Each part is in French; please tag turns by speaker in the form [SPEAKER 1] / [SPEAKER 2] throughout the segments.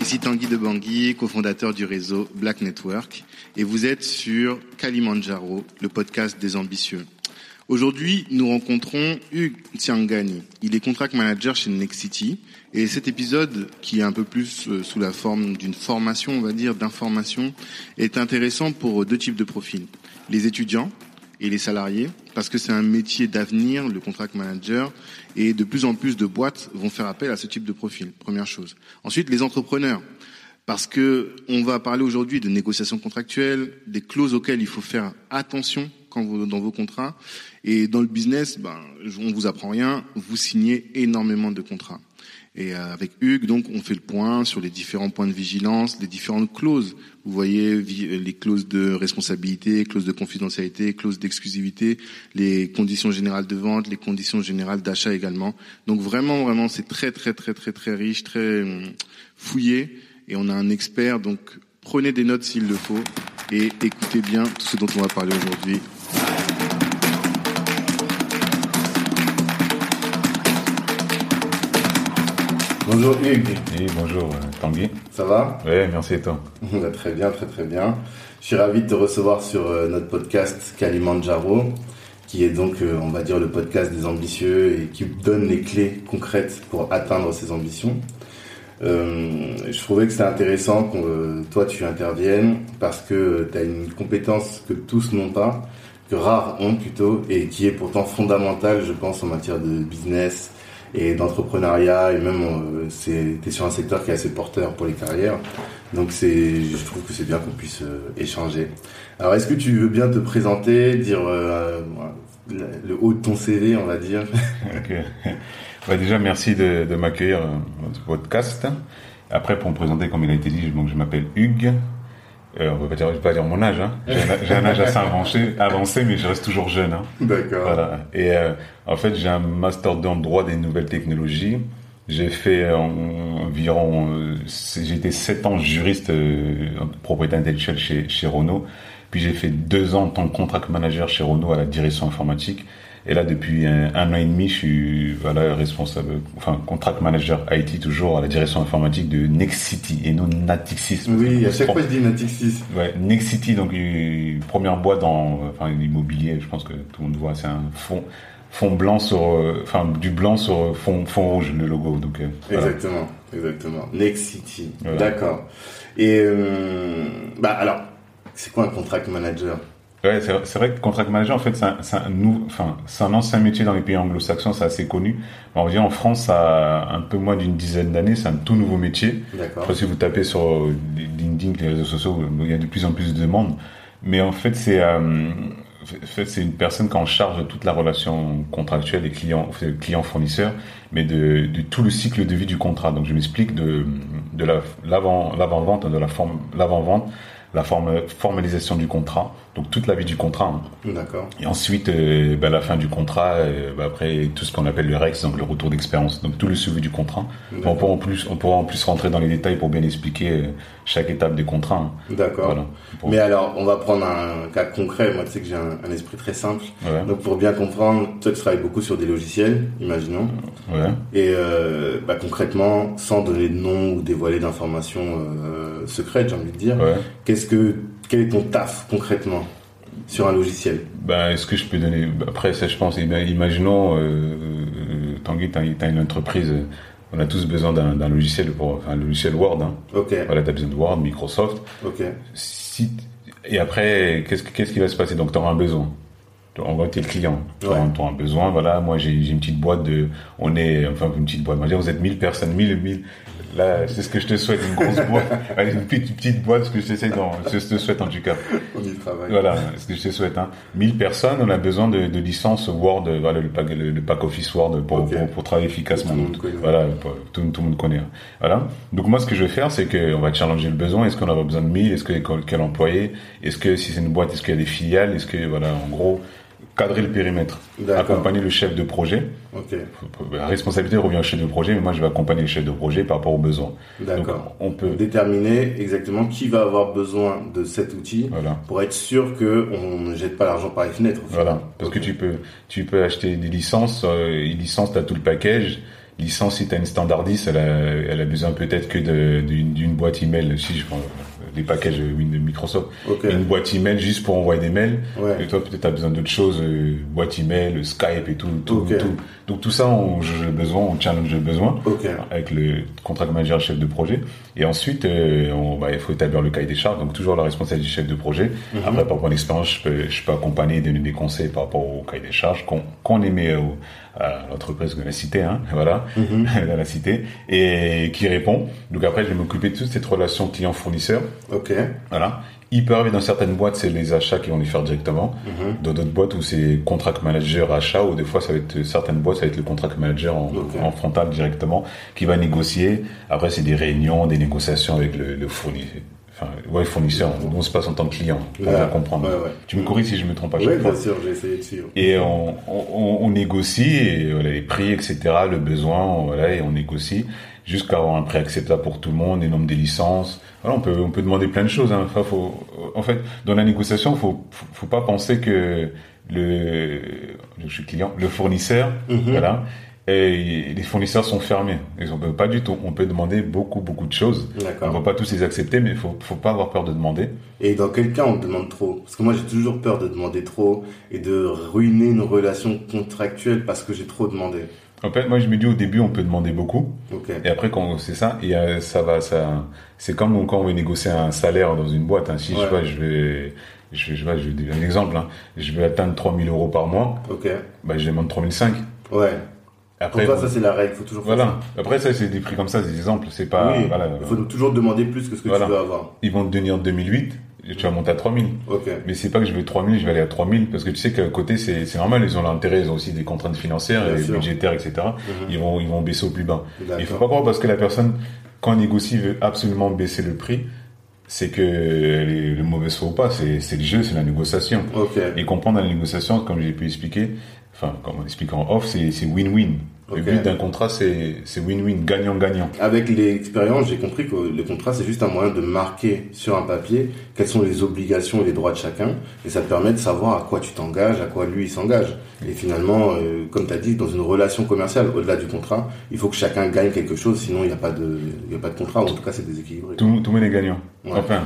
[SPEAKER 1] Ici Tanguy de Bangui, cofondateur du réseau Black Network, et vous êtes sur Kalimandjaro, le podcast des ambitieux. Aujourd'hui, nous rencontrons Hugues Tsiangani. Il est contract manager chez Nexity. Et cet épisode, qui est un peu plus euh, sous la forme d'une formation, on va dire, d'information, est intéressant pour euh, deux types de profils. Les étudiants et les salariés, parce que c'est un métier d'avenir, le contract manager, et de plus en plus de boîtes vont faire appel à ce type de profil, première chose. Ensuite, les entrepreneurs parce que on va parler aujourd'hui de négociations contractuelles, des clauses auxquelles il faut faire attention quand vous, dans vos contrats. Et dans le business, ben, on vous apprend rien, vous signez énormément de contrats. Et euh, avec Hugues, donc, on fait le point sur les différents points de vigilance, les différentes clauses. Vous voyez vi- euh, les clauses de responsabilité, clauses de confidentialité, clauses d'exclusivité, les conditions générales de vente, les conditions générales d'achat également. Donc vraiment, vraiment, c'est très, très, très, très, très riche, très hum, fouillé et on a un expert. Donc prenez des notes s'il le faut et écoutez bien tout ce dont on va parler aujourd'hui. Bonjour Hugues,
[SPEAKER 2] Oui, bonjour euh, Tanguy.
[SPEAKER 1] ça va
[SPEAKER 2] Oui, merci et toi
[SPEAKER 1] Bah, Très bien, très très bien. Je suis ravi de te recevoir sur euh, notre podcast Kalimandjaro, qui est donc, euh, on va dire, le podcast des ambitieux et qui donne les clés concrètes pour atteindre ses ambitions. Euh, je trouvais que c'était intéressant que euh, toi tu interviennes parce que tu as une compétence que tous n'ont pas, que rares ont plutôt, et qui est pourtant fondamentale, je pense, en matière de business et d'entrepreneuriat, et même tu es sur un secteur qui est assez porteur pour les carrières. Donc c'est, je trouve que c'est bien qu'on puisse euh, échanger. Alors est-ce que tu veux bien te présenter, dire euh, le le haut de ton CV, on va dire
[SPEAKER 2] Ok. Bah, déjà, merci de, de m'accueillir euh, dans ce podcast. Après, pour me présenter, comme il a été dit, donc, je m'appelle Hugues. Euh, on va pas dire, je vais pas dire mon âge. Hein. J'ai un- J'ai un âge assez avancé, avancé, mais je reste toujours jeune. Hein.
[SPEAKER 1] D'accord.
[SPEAKER 2] Voilà. Et euh, en fait, j'ai un master 2 en droit des nouvelles technologies. J'ai fait euh, en- environ, euh, c'est- j'ai été 7 ans juriste euh, en propriété intellectuelle chez, chez Renault. Puis j'ai fait 2 ans en tant que contract manager chez Renault à la direction informatique. Et là, depuis un, un an et demi, je suis voilà, responsable, enfin contract manager IT toujours à la direction informatique de Nexity et non Natixis.
[SPEAKER 1] Oui, à
[SPEAKER 2] On se
[SPEAKER 1] chaque
[SPEAKER 2] trompe.
[SPEAKER 1] fois je dis Natixis.
[SPEAKER 2] Ouais, Nexity, donc une première boîte dans euh, enfin, l'immobilier, je pense que tout le monde voit, c'est un fond, fond blanc sur, euh, enfin du blanc sur euh, fond, fond rouge, le logo. Donc, euh, voilà.
[SPEAKER 1] Exactement, exactement. Next City.
[SPEAKER 2] Voilà.
[SPEAKER 1] D'accord. Et euh, bah alors, c'est quoi un contract manager
[SPEAKER 2] Ouais, c'est vrai- c'est vrai que contract manager, en fait, c'est un, c'est un nou- enfin, c'est un ancien métier dans les pays anglo-saxons, c'est assez connu. On va dire en France, ça a un peu moins d'une dizaine d'années, c'est un tout nouveau métier.
[SPEAKER 1] D'accord.
[SPEAKER 2] Après, si vous tapez sur euh, LinkedIn, les réseaux sociaux, il y a de plus en plus de demandes. Mais en fait, c'est euh, en fait, c'est une personne qui est en charge de toute la relation contractuelle et client, client fournisseur, mais de, de tout le cycle de vie du contrat. Donc, je m'explique de, de la- l'avant l'avant vente, de la forme l'avant vente, la forme formalisation du contrat, donc toute la vie du contrat. hein.
[SPEAKER 1] D'accord.
[SPEAKER 2] Et ensuite, euh, bah, la fin du contrat, euh, bah, après tout ce qu'on appelle le REX, donc le retour d'expérience, donc tout le suivi du contrat. On pourra, en plus, on pourra en plus rentrer dans les détails pour bien expliquer euh, chaque étape des contrats. hein.
[SPEAKER 1] D'accord.
[SPEAKER 2] Voilà. Pour-
[SPEAKER 1] Mais alors, on va prendre un cas concret. Moi, tu sais que j'ai un, un esprit très simple.
[SPEAKER 2] Ouais,
[SPEAKER 1] Donc, pour bien comprendre, toi, tu travailles beaucoup sur des logiciels, imaginons.
[SPEAKER 2] ouais.
[SPEAKER 1] Et euh, bah, concrètement, sans donner de nom ou dévoiler d'informations euh, secrètes, j'ai envie de dire,
[SPEAKER 2] ouais.
[SPEAKER 1] qu'est-ce que, quel est ton taf concrètement sur un logiciel
[SPEAKER 2] Ben, est-ce que je peux donner après ça je pense eh ben, imaginons euh, euh, Tanguy t'as, t'as une entreprise euh, on a tous besoin d'un, d'un logiciel pour enfin, un logiciel Word hein.
[SPEAKER 1] Ok,
[SPEAKER 2] voilà t'as besoin de Word Microsoft
[SPEAKER 1] ok.
[SPEAKER 2] si et après qu'est-ce, que- qu'est-ce qui va se passer donc t'auras un besoin en gros t'es le client t'auras,
[SPEAKER 1] Ouais.
[SPEAKER 2] t'auras un besoin voilà moi j'ai, j'ai une petite boîte de on est enfin une petite boîte on va dire vous êtes 1000 personnes 1000 1000 là c'est ce que je te souhaite une grosse boîte Allez, une petite, petite boîte ce que je t'essaie d'en- ce que je te souhaite en tout cas
[SPEAKER 1] On y travaille.
[SPEAKER 2] voilà, ce que je te souhaite. Hein. 1000 personnes, on a besoin de, de licences Word, euh, voilà, le, pack, le, le pack Office Word pour,
[SPEAKER 1] Ok.
[SPEAKER 2] pour, pour travailler efficacement.
[SPEAKER 1] Tout le monde connaît.
[SPEAKER 2] Voilà, pour- tout, tout le monde connaît. hein. Voilà. Donc moi, ce que je vais faire, c'est que on va challenger le besoin. Est-ce qu'on aura besoin de 1000 Est-ce que quel- quel employé Est-ce que si c'est une boîte, est-ce qu'il y a des filiales Est-ce que voilà, en gros, cadrer le périmètre,
[SPEAKER 1] D'accord.
[SPEAKER 2] accompagner le chef de projet.
[SPEAKER 1] Ok,
[SPEAKER 2] La responsabilité revient au chef de projet, mais moi, je vais accompagner le chef de projet par rapport aux besoins. Donc euh,
[SPEAKER 1] d'accord.
[SPEAKER 2] on peut.
[SPEAKER 1] déterminer exactement qui va avoir besoin de cet outil
[SPEAKER 2] Voilà.
[SPEAKER 1] pour être sûr que on ne jette pas l'argent par les fenêtres. au final.
[SPEAKER 2] Voilà, parce que tu peux, tu peux acheter des licences, euh, une licence, tu as tout le package, licence, si tu as une standardiste, elle a, elle a besoin peut-être que de- d'une d'une boîte email, si je prends les packages Win- Microsoft,
[SPEAKER 1] Ok.
[SPEAKER 2] une boîte email juste pour envoyer des mails.
[SPEAKER 1] Ouais.
[SPEAKER 2] Et toi, peut-être tu as besoin d'autres choses, euh, boîte email, Skype et tout. tout,
[SPEAKER 1] Ok.
[SPEAKER 2] tout. Donc tout ça, on juge le besoin, on challenge le besoin
[SPEAKER 1] Ok.
[SPEAKER 2] avec le contract manager chef de projet. Et ensuite, euh, on- bah, il faut établir le cahier des charges, donc toujours la responsabilité du chef de projet. Après, par mon expérience, je peux, je peux accompagner, donner des conseils par rapport au cahier des charges qu'on qu'on émet au- à l'entreprise de la cité, hein, voilà, dans la cité, et qui répond. Donc après, je vais m'occuper de toute cette relation client-fournisseur.
[SPEAKER 1] Ok.
[SPEAKER 2] Voilà. Il peut arriver dans certaines boîtes, c'est les achats qui vont les faire directement. Dans d'autres boîtes où c'est contract manager achat, ou des fois, ça va être certaines boîtes, ça va être le contract manager en,
[SPEAKER 1] Ok.
[SPEAKER 2] en frontal directement qui va négocier. Après, c'est des réunions, des négociations avec le, le fournisseur. Enfin, ouais, fournisseur. Nous, on se passe en tant que client. On
[SPEAKER 1] Ouais.
[SPEAKER 2] va comprendre.
[SPEAKER 1] Ouais, ouais.
[SPEAKER 2] Tu me corriges si je me trompe à chaque
[SPEAKER 1] Oui,
[SPEAKER 2] fois.
[SPEAKER 1] bien sûr, j'ai essayé de suivre.
[SPEAKER 2] Et on, on, on négocie et voilà, les prix, etc., le besoin, voilà, et on négocie jusqu'à avoir un prix acceptable pour tout le monde, les nombres des licences. Voilà, on peut, on peut demander plein de choses. Hein. Enfin, faut, en fait, dans la négociation, faut, faut, faut pas penser que le, je suis client, le fournisseur, voilà, et les fournisseurs sont fermés. Ils ont pas du tout. On peut demander beaucoup, beaucoup de choses. On
[SPEAKER 1] D'accord.
[SPEAKER 2] va pas tous les accepter, mais faut, faut pas avoir peur de demander.
[SPEAKER 1] Et dans quel cas on demande trop Parce que moi j'ai toujours peur de demander trop et de ruiner une relation contractuelle parce que j'ai trop demandé.
[SPEAKER 2] En fait, moi, je me dis au début, on peut demander beaucoup.
[SPEAKER 1] Ok.
[SPEAKER 2] Et après, quand c'est ça, et, euh, ça va, ça, c'est comme quand on veut négocier un salaire dans une boîte. Hein. Si je
[SPEAKER 1] Ouais.
[SPEAKER 2] sais pas, je vais, je vais, je sais pas, je vais donner un exemple. Hein. Je vais atteindre 3000 euros par mois,
[SPEAKER 1] Ok.
[SPEAKER 2] bah, je demande 3005.
[SPEAKER 1] Ouais. Pour
[SPEAKER 2] Après,
[SPEAKER 1] toi ça c'est la règle, faut toujours faire
[SPEAKER 2] voilà. Après, ça, c'est des prix comme ça, c'est des exemples. C'est
[SPEAKER 1] ça.
[SPEAKER 2] pas,
[SPEAKER 1] oui.
[SPEAKER 2] voilà.
[SPEAKER 1] Il faut toujours demander plus que ce que
[SPEAKER 2] Voilà.
[SPEAKER 1] tu veux avoir.
[SPEAKER 2] Ils vont te donner en 2008, et tu vas monter à 3000.
[SPEAKER 1] Ok.
[SPEAKER 2] Mais c'est pas que je veux 3000, je vais aller à 3000, parce que tu sais qu'à côté, c'est, c'est normal, ils ont l'intérêt, ils ont aussi des contraintes financières
[SPEAKER 1] Bien
[SPEAKER 2] et
[SPEAKER 1] sûr.
[SPEAKER 2] budgétaires, etc. Ils vont, ils vont baisser au plus bas.
[SPEAKER 1] Mhm. D'accord.
[SPEAKER 2] Il faut pas croire parce que la personne, quand elle négocie, veut absolument baisser le prix, c'est que elle est le mauvais soit ou pas, c'est, c'est le jeu, c'est la négociation.
[SPEAKER 1] Ok.
[SPEAKER 2] Et comprendre la négociation, comme j'ai pu expliquer, enfin, comme on explique en off, c'est, c'est win-win.
[SPEAKER 1] Ok.
[SPEAKER 2] Le but d'un contrat, c'est, c'est win-win, gagnant-gagnant.
[SPEAKER 1] Avec l'expérience, j'ai compris que le contrat, c'est juste un moyen de marquer sur un papier quelles sont les obligations et les droits de chacun. Et ça te permet de savoir à quoi tu t'engages, à quoi lui il s'engage. Et finalement, euh, comme tu as dit, dans une relation commerciale, au-delà du contrat, il faut que chacun gagne quelque chose, sinon il n'y a, pas de- il y a pas de contrat, ou en tout cas c'est déséquilibré.
[SPEAKER 2] Tout, tout le monde est gagnant.
[SPEAKER 1] Ouais.
[SPEAKER 2] Enfin,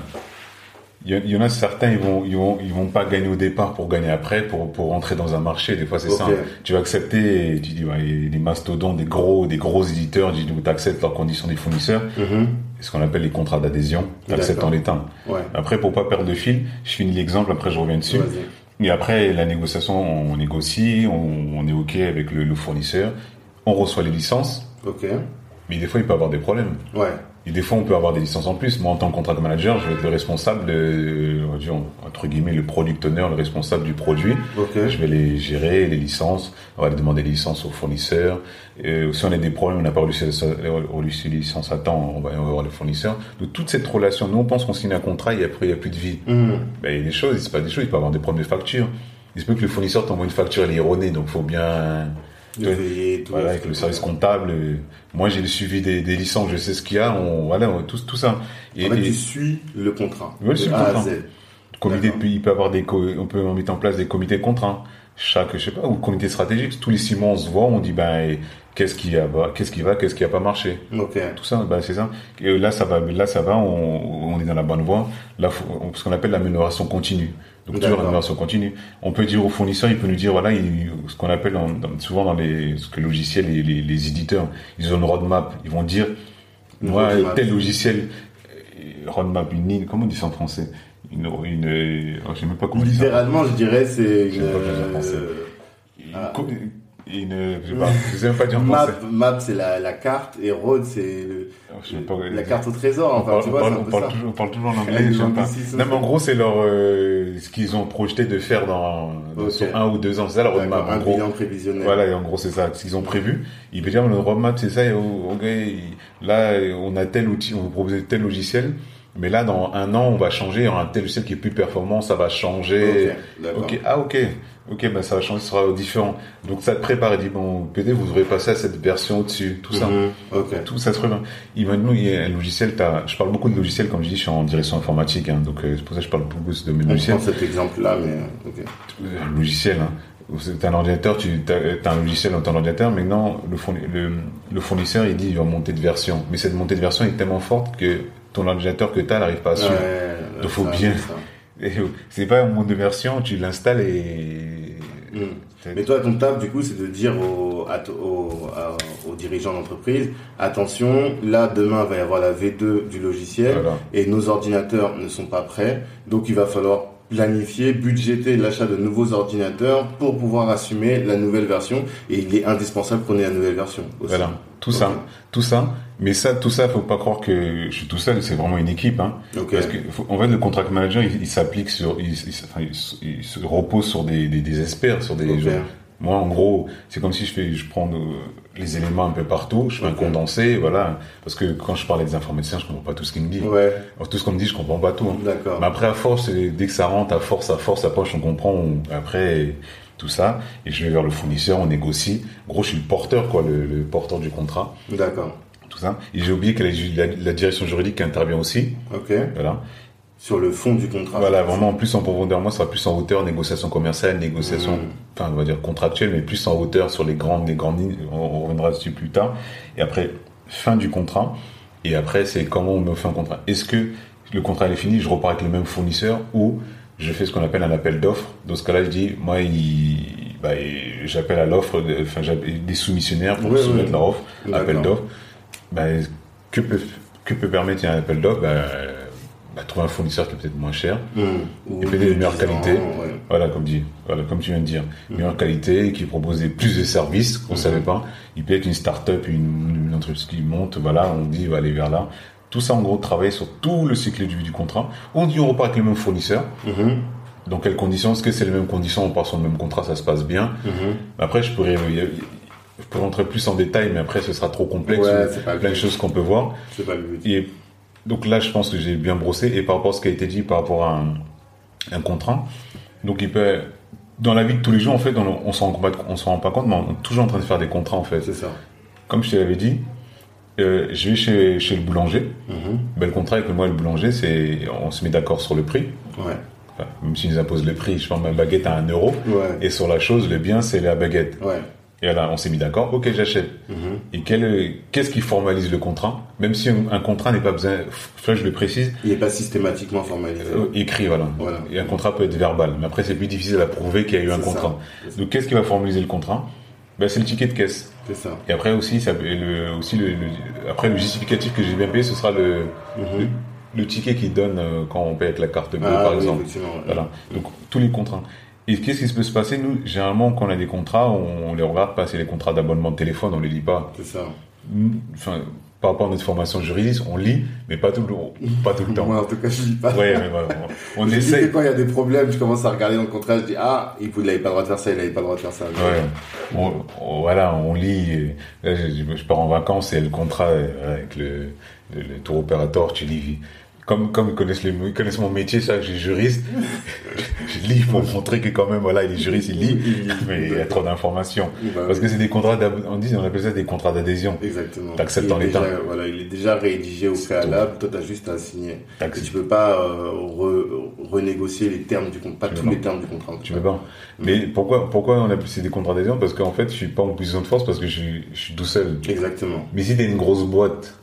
[SPEAKER 2] il y, en- il y en a certains, ils vont, ils vont, ils vont pas gagner au départ pour gagner après, pour, pour rentrer dans un marché. Des fois, c'est
[SPEAKER 1] Ok.
[SPEAKER 2] ça. Tu vas accepter, et tu dis, ouais, les mastodontes, des gros, des gros éditeurs, tu dis, tu acceptes leurs conditions des fournisseurs.
[SPEAKER 1] Mhm.
[SPEAKER 2] Ce qu'on appelle les contrats d'adhésion. Tu acceptes
[SPEAKER 1] D'accord.
[SPEAKER 2] en l'état.
[SPEAKER 1] Ouais.
[SPEAKER 2] Après, pour pas perdre de fil, je finis l'exemple, après je reviens dessus.
[SPEAKER 1] Vas-y.
[SPEAKER 2] Et après, la négociation, on négocie, on, on est OK avec le, le fournisseur, on reçoit les licences,
[SPEAKER 1] Ok.
[SPEAKER 2] mais des fois, il peut avoir des problèmes.
[SPEAKER 1] Ouais.
[SPEAKER 2] Et des fois, on peut avoir des licences en plus. Moi, en tant que contract manager, je vais être le responsable, euh, on va dire, entre guillemets, le product owner, le responsable du produit.
[SPEAKER 1] Ok.
[SPEAKER 2] Je vais les gérer, les licences. On va aller demander des licences aux fournisseurs. Euh, si on a des problèmes, on n'a pas reçu les licences à temps, on va aller voir le fournisseur. Donc, toute cette relation, nous, on pense qu'on signe un contrat et après, il n'y a plus de vie.
[SPEAKER 1] Mhm.
[SPEAKER 2] Ben, il y a des choses, il se passe des choses, il peut avoir des problèmes de facture. Il se peut que le fournisseur t'envoie une facture, elle est erronée, donc faut bien...
[SPEAKER 1] De veiller, tout.
[SPEAKER 2] Voilà, avec le service comptable. euh, Moi, j'ai le suivi des, des licences, je sais ce qu'il y a. On, voilà, on- tout, tout ça. Et,
[SPEAKER 1] En fait,
[SPEAKER 2] et
[SPEAKER 1] tu suis le contrat.
[SPEAKER 2] Oui, je
[SPEAKER 1] de
[SPEAKER 2] suis le
[SPEAKER 1] A à
[SPEAKER 2] contrat.
[SPEAKER 1] Z.
[SPEAKER 2] le comité,
[SPEAKER 1] d'accord.
[SPEAKER 2] de- il peut avoir des, co- on peut mettre en place des comités de contrat. Chaque, je sais pas, ou comité stratégique. Tous les six mois, on se voit, on dit, ben, et qu'est-ce qui va, qu'est-ce qui va, qu'est-ce qui a pas marché.
[SPEAKER 1] Ok.
[SPEAKER 2] Tout ça, ben, c'est ça. Et là, ça va, là, ça va, on, on est dans la bonne voie. Là, faut- on- ce qu'on appelle l'amélioration continue. Donc, toujours
[SPEAKER 1] D'accord.
[SPEAKER 2] l'amélioration continue. On peut dire au fournisseur, il peut nous dire, voilà, il- ce qu'on appelle en- dans- souvent dans les, ce que logiciels, les, les, les éditeurs, ils ont une roadmap. Ils vont dire,
[SPEAKER 1] Une
[SPEAKER 2] moi,
[SPEAKER 1] roadmap.
[SPEAKER 2] tel logiciel, euh, roadmap, une ligne, comment on dit ça en français? Une, une, euh, je sais même pas comment on dit ça.
[SPEAKER 1] Littéralement, je dirais, c'est
[SPEAKER 2] Je
[SPEAKER 1] une.
[SPEAKER 2] sais pas comment dire en français.
[SPEAKER 1] euh,
[SPEAKER 2] Une,
[SPEAKER 1] Ah.
[SPEAKER 2] co- une, euh, je sais pas, je sais même pas dire en français.
[SPEAKER 1] Map, map c'est la, la carte et road c'est le-
[SPEAKER 2] Je sais pas, euh,
[SPEAKER 1] la carte au trésor.
[SPEAKER 2] On
[SPEAKER 1] Enfin,
[SPEAKER 2] parle,
[SPEAKER 1] tu
[SPEAKER 2] on
[SPEAKER 1] vois,
[SPEAKER 2] parle-
[SPEAKER 1] c'est un
[SPEAKER 2] on
[SPEAKER 1] peu
[SPEAKER 2] parle
[SPEAKER 1] ça.
[SPEAKER 2] toujours, on parle toujours en
[SPEAKER 1] Les
[SPEAKER 2] anglais, je sais pas.
[SPEAKER 1] anglicismes.
[SPEAKER 2] Non, mais en gros, c'est leur, euh, ce qu'ils ont projeté de faire dans, dans-
[SPEAKER 1] Ok.
[SPEAKER 2] sur un ou deux ans. C'est ça leur roadmap,
[SPEAKER 1] D'accord,
[SPEAKER 2] en
[SPEAKER 1] un
[SPEAKER 2] gros.
[SPEAKER 1] bilan prévisionnel.
[SPEAKER 2] Voilà, et en gros, c'est ça, ce qu'ils ont prévu. Ils peuvent dire, le roadmap, c'est ça, et, oh, ok, là, on a tel outil, on vous propose tel logiciel, mais là, dans un an, on va changer, il y aura un tel logiciel qui est plus performant, ça va changer.
[SPEAKER 1] Ok, d'accord.
[SPEAKER 2] Ok, ah ok, ok, ben ça va changer, ça sera différent. Donc ça te prépare, il dit, bon, PD, vous devrez passer à cette version au-dessus, tout ça.
[SPEAKER 1] Mhm, ok.
[SPEAKER 2] Tout ça se revient. Il, maintenant, il y a un logiciel, t'as- je parle beaucoup de logiciels, comme je dis, je suis en direction informatique, hein, donc euh, c'est pour ça que je parle beaucoup de ce domaine
[SPEAKER 1] On
[SPEAKER 2] logiciel.
[SPEAKER 1] prend cet exemple là, mais euh, ok.
[SPEAKER 2] Euh, Un logiciel, hein. c'est un ordinateur, tu as, un logiciel dans ton ordinateur, maintenant le, fourni, le, le, fournisseur il dit il va monter de version. Mais cette montée de version est tellement forte que ton ordinateur que tu as n'arrive pas à suivre. Ouais, Donc faut ça, bien. C'est pas un monte de version, tu l'installes et.
[SPEAKER 1] Mmh. Mais toi, ton table, du coup, c'est de dire aux, aux, aux dirigeants d'entreprise, attention, là, demain, il va y avoir la V2 du logiciel voilà. et nos ordinateurs ne sont pas prêts, donc il va falloir planifier, budgéter l'achat de nouveaux ordinateurs pour pouvoir assumer la nouvelle version et il est indispensable qu'on ait la nouvelle version. Aussi.
[SPEAKER 2] Voilà, tout okay. ça, tout ça. Mais ça, tout ça, faut pas croire que je suis tout seul. C'est vraiment une équipe, hein. Okay. Parce que, en fait, le contract manager, il, il s'applique sur, il, il, il, se repose sur des, des, des experts, sur des. Okay. Gens. Moi, en gros, c'est comme si je fais, je prends euh, les éléments un peu partout, je fais un condensé, voilà. Parce que quand je parle avec des informaticiens, je comprends pas tout ce qu'ils me disent.
[SPEAKER 1] Ouais.
[SPEAKER 2] Alors, tout ce qu'on me dit, je comprends pas tout. Hein.
[SPEAKER 1] D'accord.
[SPEAKER 2] Mais après, à force, dès que ça rentre, à force, à force, à poche, on comprend. On, après, tout ça, et je vais vers le fournisseur, on négocie. En gros, je suis le porteur, quoi, le, le porteur du contrat.
[SPEAKER 1] D'accord.
[SPEAKER 2] Tout ça. Et j'ai oublié que la, la, la, direction juridique intervient aussi.
[SPEAKER 1] Ok.
[SPEAKER 2] Voilà
[SPEAKER 1] sur le fond du contrat.
[SPEAKER 2] Voilà, vraiment, plus en profondeur, moi, ça sera plus en hauteur, négociation commerciale, négociation, mmh. enfin, on va dire contractuelle, mais plus en hauteur sur les grandes, les grandes lignes, on, on reviendra dessus plus tard. Et après, fin du contrat, et après, c'est comment on me fait un contrat. Est-ce que le contrat est fini, je repars avec le même fournisseur, ou je fais ce qu'on appelle un appel d'offres. Dans ce cas-là, je dis, moi, il, bah, il, j'appelle à l'offre, enfin, des soumissionnaires pour oui, soumettre oui. leur offre, appel d'offres. Bah, que peut, que peut permettre un appel d'offres? Bah, bah, trouver un fournisseur qui est peut-être moins cher
[SPEAKER 1] mmh,
[SPEAKER 2] et peut-être de meilleure qualité. Ouais. Voilà, comme dit, voilà, comme tu viens de dire, mmh. meilleure qualité, qui propose plus de services qu'on ne mmh. savait pas. Il peut être une start-up, une, une, entreprise qui monte, voilà, on dit, va aller vers là. Tout ça, en gros, travailler sur tout le cycle du, du contrat. On dit, on repart avec le même fournisseur. Dans quelles conditions Est-ce que c'est les mêmes conditions On part sur le même contrat, ça se passe bien.
[SPEAKER 1] Mm.
[SPEAKER 2] Après, je pourrais, je pourrais rentrer plus en détail, mais après, ce sera trop complexe.
[SPEAKER 1] Ouais,
[SPEAKER 2] plein de choses qu'on peut voir.
[SPEAKER 1] C'est pas le but.
[SPEAKER 2] Et donc là, je pense que j'ai bien brossé. Et par rapport à ce qui a été dit par rapport à un, un contrat, donc il peut, dans la vie de tous les jours, en fait, le, on s'en rend, rend pas compte, mais on est toujours en train de faire des contrats, en fait.
[SPEAKER 1] C'est ça.
[SPEAKER 2] Comme je te l'avais dit, euh, je vais chez, chez le boulanger.
[SPEAKER 1] Mm
[SPEAKER 2] -hmm. ben, le contrat avec moi et le boulanger, c'est on se met d'accord sur le prix.
[SPEAKER 1] Ouais.
[SPEAKER 2] Enfin, même s'ils nous imposent le prix, je prends ma baguette à 1 euro.
[SPEAKER 1] Ouais.
[SPEAKER 2] Et sur la chose, le bien, c'est la baguette.
[SPEAKER 1] Ouais.
[SPEAKER 2] Et là, on s'est mis d'accord, ok, j'achète.
[SPEAKER 1] Mm -hmm.
[SPEAKER 2] Et qu'est-ce qu qui formalise le contrat Même si un, un contrat n'est pas besoin, je le précise.
[SPEAKER 1] Il n'est pas systématiquement formalisé.
[SPEAKER 2] Euh, écrit, voilà.
[SPEAKER 1] voilà.
[SPEAKER 2] Et un contrat peut être verbal, mais après, c'est plus difficile à prouver qu'il y a eu un contrat. Ça. Donc, qu'est-ce qui va formaliser le contrat ben, C'est le ticket de caisse.
[SPEAKER 1] C'est ça.
[SPEAKER 2] Et après, aussi, ça, le, aussi le, le, après, le justificatif que j'ai bien payé, ce sera le, mm -hmm. le le. ticket qu'ils donnent quand on paye avec la carte bleue, ah, par
[SPEAKER 1] Mmh. oui,
[SPEAKER 2] exemple.
[SPEAKER 1] Voilà.
[SPEAKER 2] Donc, tous les contrats. Et qu'est-ce qui se peut se passer Nous, généralement, quand on a des contrats, on, les regarde pas. C'est les contrats d'abonnement de téléphone, on les lit pas.
[SPEAKER 1] C'est ça.
[SPEAKER 2] Enfin, par rapport à notre formation juridique, on lit, mais pas tout le, pas tout le temps.
[SPEAKER 1] Moi, en tout cas, je lis pas.
[SPEAKER 2] Ouais, mais voilà.
[SPEAKER 1] On je essaie. Dis, quand il y a des problèmes, je commence à regarder dans le contrat, je dis ah, il n'avait pas le droit de faire ça, il n'avait pas le droit de faire ça.
[SPEAKER 2] Ouais. on, on, voilà, on lit. euh, Là, je, je, pars en vacances et le contrat euh, avec le, le, le tour opérateur, tu lis comme, comme ils connaissent, les, ils connaissent mon métier, ça, j'ai juriste, je lis pour montrer que quand même, voilà, il est juriste, il lit, mais il y a trop d'informations.
[SPEAKER 1] Bah,
[SPEAKER 2] Parce que c'est des contrats, on dit, on appelle ça des contrats d'adhésion.
[SPEAKER 1] Exactement.
[SPEAKER 2] T'acceptes en
[SPEAKER 1] l'état.
[SPEAKER 2] Voilà,
[SPEAKER 1] il est déjà rédigé au préalable, toi, t'as juste à signer. Et tu peux pas euh, re, renégocier les termes du contrat, pas tous
[SPEAKER 2] pas.
[SPEAKER 1] les termes du contrat. En
[SPEAKER 2] tu peux pas. Mais mmh. pourquoi, pourquoi on appelle ça des contrats d'adhésion? Parce qu'en fait, je suis pas en position de force parce que je, je suis tout seul.
[SPEAKER 1] Exactement.
[SPEAKER 2] Mais si t'es une grosse boîte,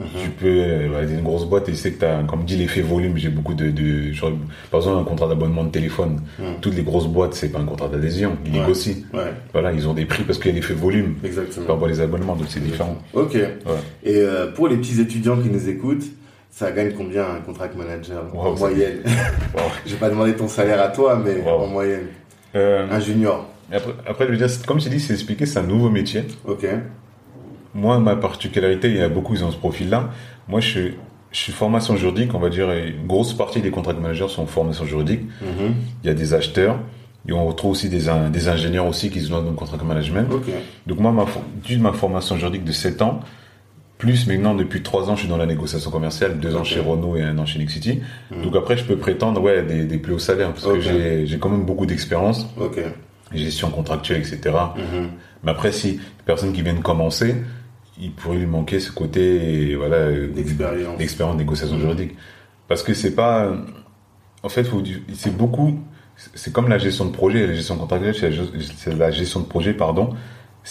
[SPEAKER 2] Mm -hmm. Tu peux, bah, une grosse boîte et c'est que tu as, comme dit l'effet volume, j'ai beaucoup de, de genre, par exemple, un contrat d'abonnement de téléphone.
[SPEAKER 1] Mm.
[SPEAKER 2] Toutes les grosses boîtes, c'est pas un contrat d'adhésion, ils
[SPEAKER 1] ouais.
[SPEAKER 2] négocient.
[SPEAKER 1] Ouais.
[SPEAKER 2] Voilà, ils ont des prix parce qu'il y a l'effet volume.
[SPEAKER 1] Exactement.
[SPEAKER 2] Par rapport les abonnements, donc c'est différent.
[SPEAKER 1] Ok.
[SPEAKER 2] Ouais.
[SPEAKER 1] Et euh, pour les petits étudiants qui nous écoutent, ça gagne combien un contract manager
[SPEAKER 2] wow,
[SPEAKER 1] en moyenne wow. J'ai pas demandé ton salaire à toi, mais wow. en moyenne.
[SPEAKER 2] Euh,
[SPEAKER 1] un junior.
[SPEAKER 2] Après, après, je veux dire, comme je dit, c'est expliqué, c'est un nouveau métier.
[SPEAKER 1] Ok
[SPEAKER 2] moi, ma particularité, il y a beaucoup qui ont ce profil-là. Moi, je suis, je suis, formation juridique, on va dire, une grosse partie des contrats de managers sont formation juridique.
[SPEAKER 1] Mm -hmm.
[SPEAKER 2] Il y a des acheteurs, et on retrouve aussi des, des ingénieurs aussi qui se donnent dans le contrat de management.
[SPEAKER 1] Okay.
[SPEAKER 2] Donc moi, ma, dû ma formation juridique de 7 ans, plus maintenant depuis 3 ans, je suis dans la négociation commerciale, 2 okay. ans chez Renault et 1 an chez Nexity. Mm -hmm. Donc après, je peux prétendre ouais, des, des plus hauts salaires, parce okay. que j'ai quand même beaucoup d'expérience. Gestion contractuelle, etc. Mm
[SPEAKER 1] -hmm.
[SPEAKER 2] Mais après, si les personnes qui viennent commencer, il pourrait lui manquer ce côté voilà euh,
[SPEAKER 1] d'expérience
[SPEAKER 2] d'expérience négociation juridique parce que c'est pas en fait c'est beaucoup c'est comme la gestion de projet, la gestion contractuelle, c'est la, ge- c'est la gestion de projet, pardon,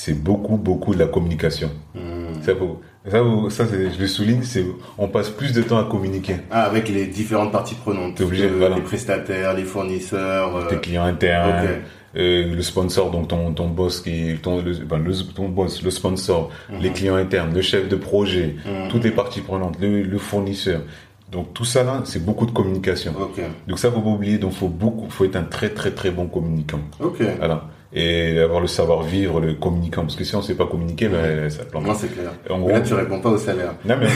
[SPEAKER 2] c'est beaucoup, beaucoup de la communication.
[SPEAKER 1] Hmm.
[SPEAKER 2] Ça, faut- ça, faut- ça, c'est- je le souligne, c'est, on passe plus de temps à communiquer.
[SPEAKER 1] Ah, avec les différentes parties prenantes.
[SPEAKER 2] T'es obligé,
[SPEAKER 1] Euh,
[SPEAKER 2] voilà.
[SPEAKER 1] Les prestataires, les fournisseurs. euh,
[SPEAKER 2] Tes clients internes,
[SPEAKER 1] ok.
[SPEAKER 2] euh, le sponsor, donc ton, ton boss qui, ton, le, ben, le- ton boss, le sponsor, les clients internes, le chef de projet,
[SPEAKER 1] Mhm.
[SPEAKER 2] toutes les parties prenantes, le, le fournisseur. Donc tout ça là, c'est beaucoup de communication.
[SPEAKER 1] Ok.
[SPEAKER 2] Donc ça, faut pas oublier. Donc faut beaucoup, faut être un très très très bon communicant.
[SPEAKER 1] Ok.
[SPEAKER 2] Voilà. Et avoir le savoir vivre, le communicant. Parce que si on sait pas communiquer, ben, ça plante.
[SPEAKER 1] Moi, c'est clair.
[SPEAKER 2] En gros,
[SPEAKER 1] Mais là, tu réponds pas au salaire.
[SPEAKER 2] non mais,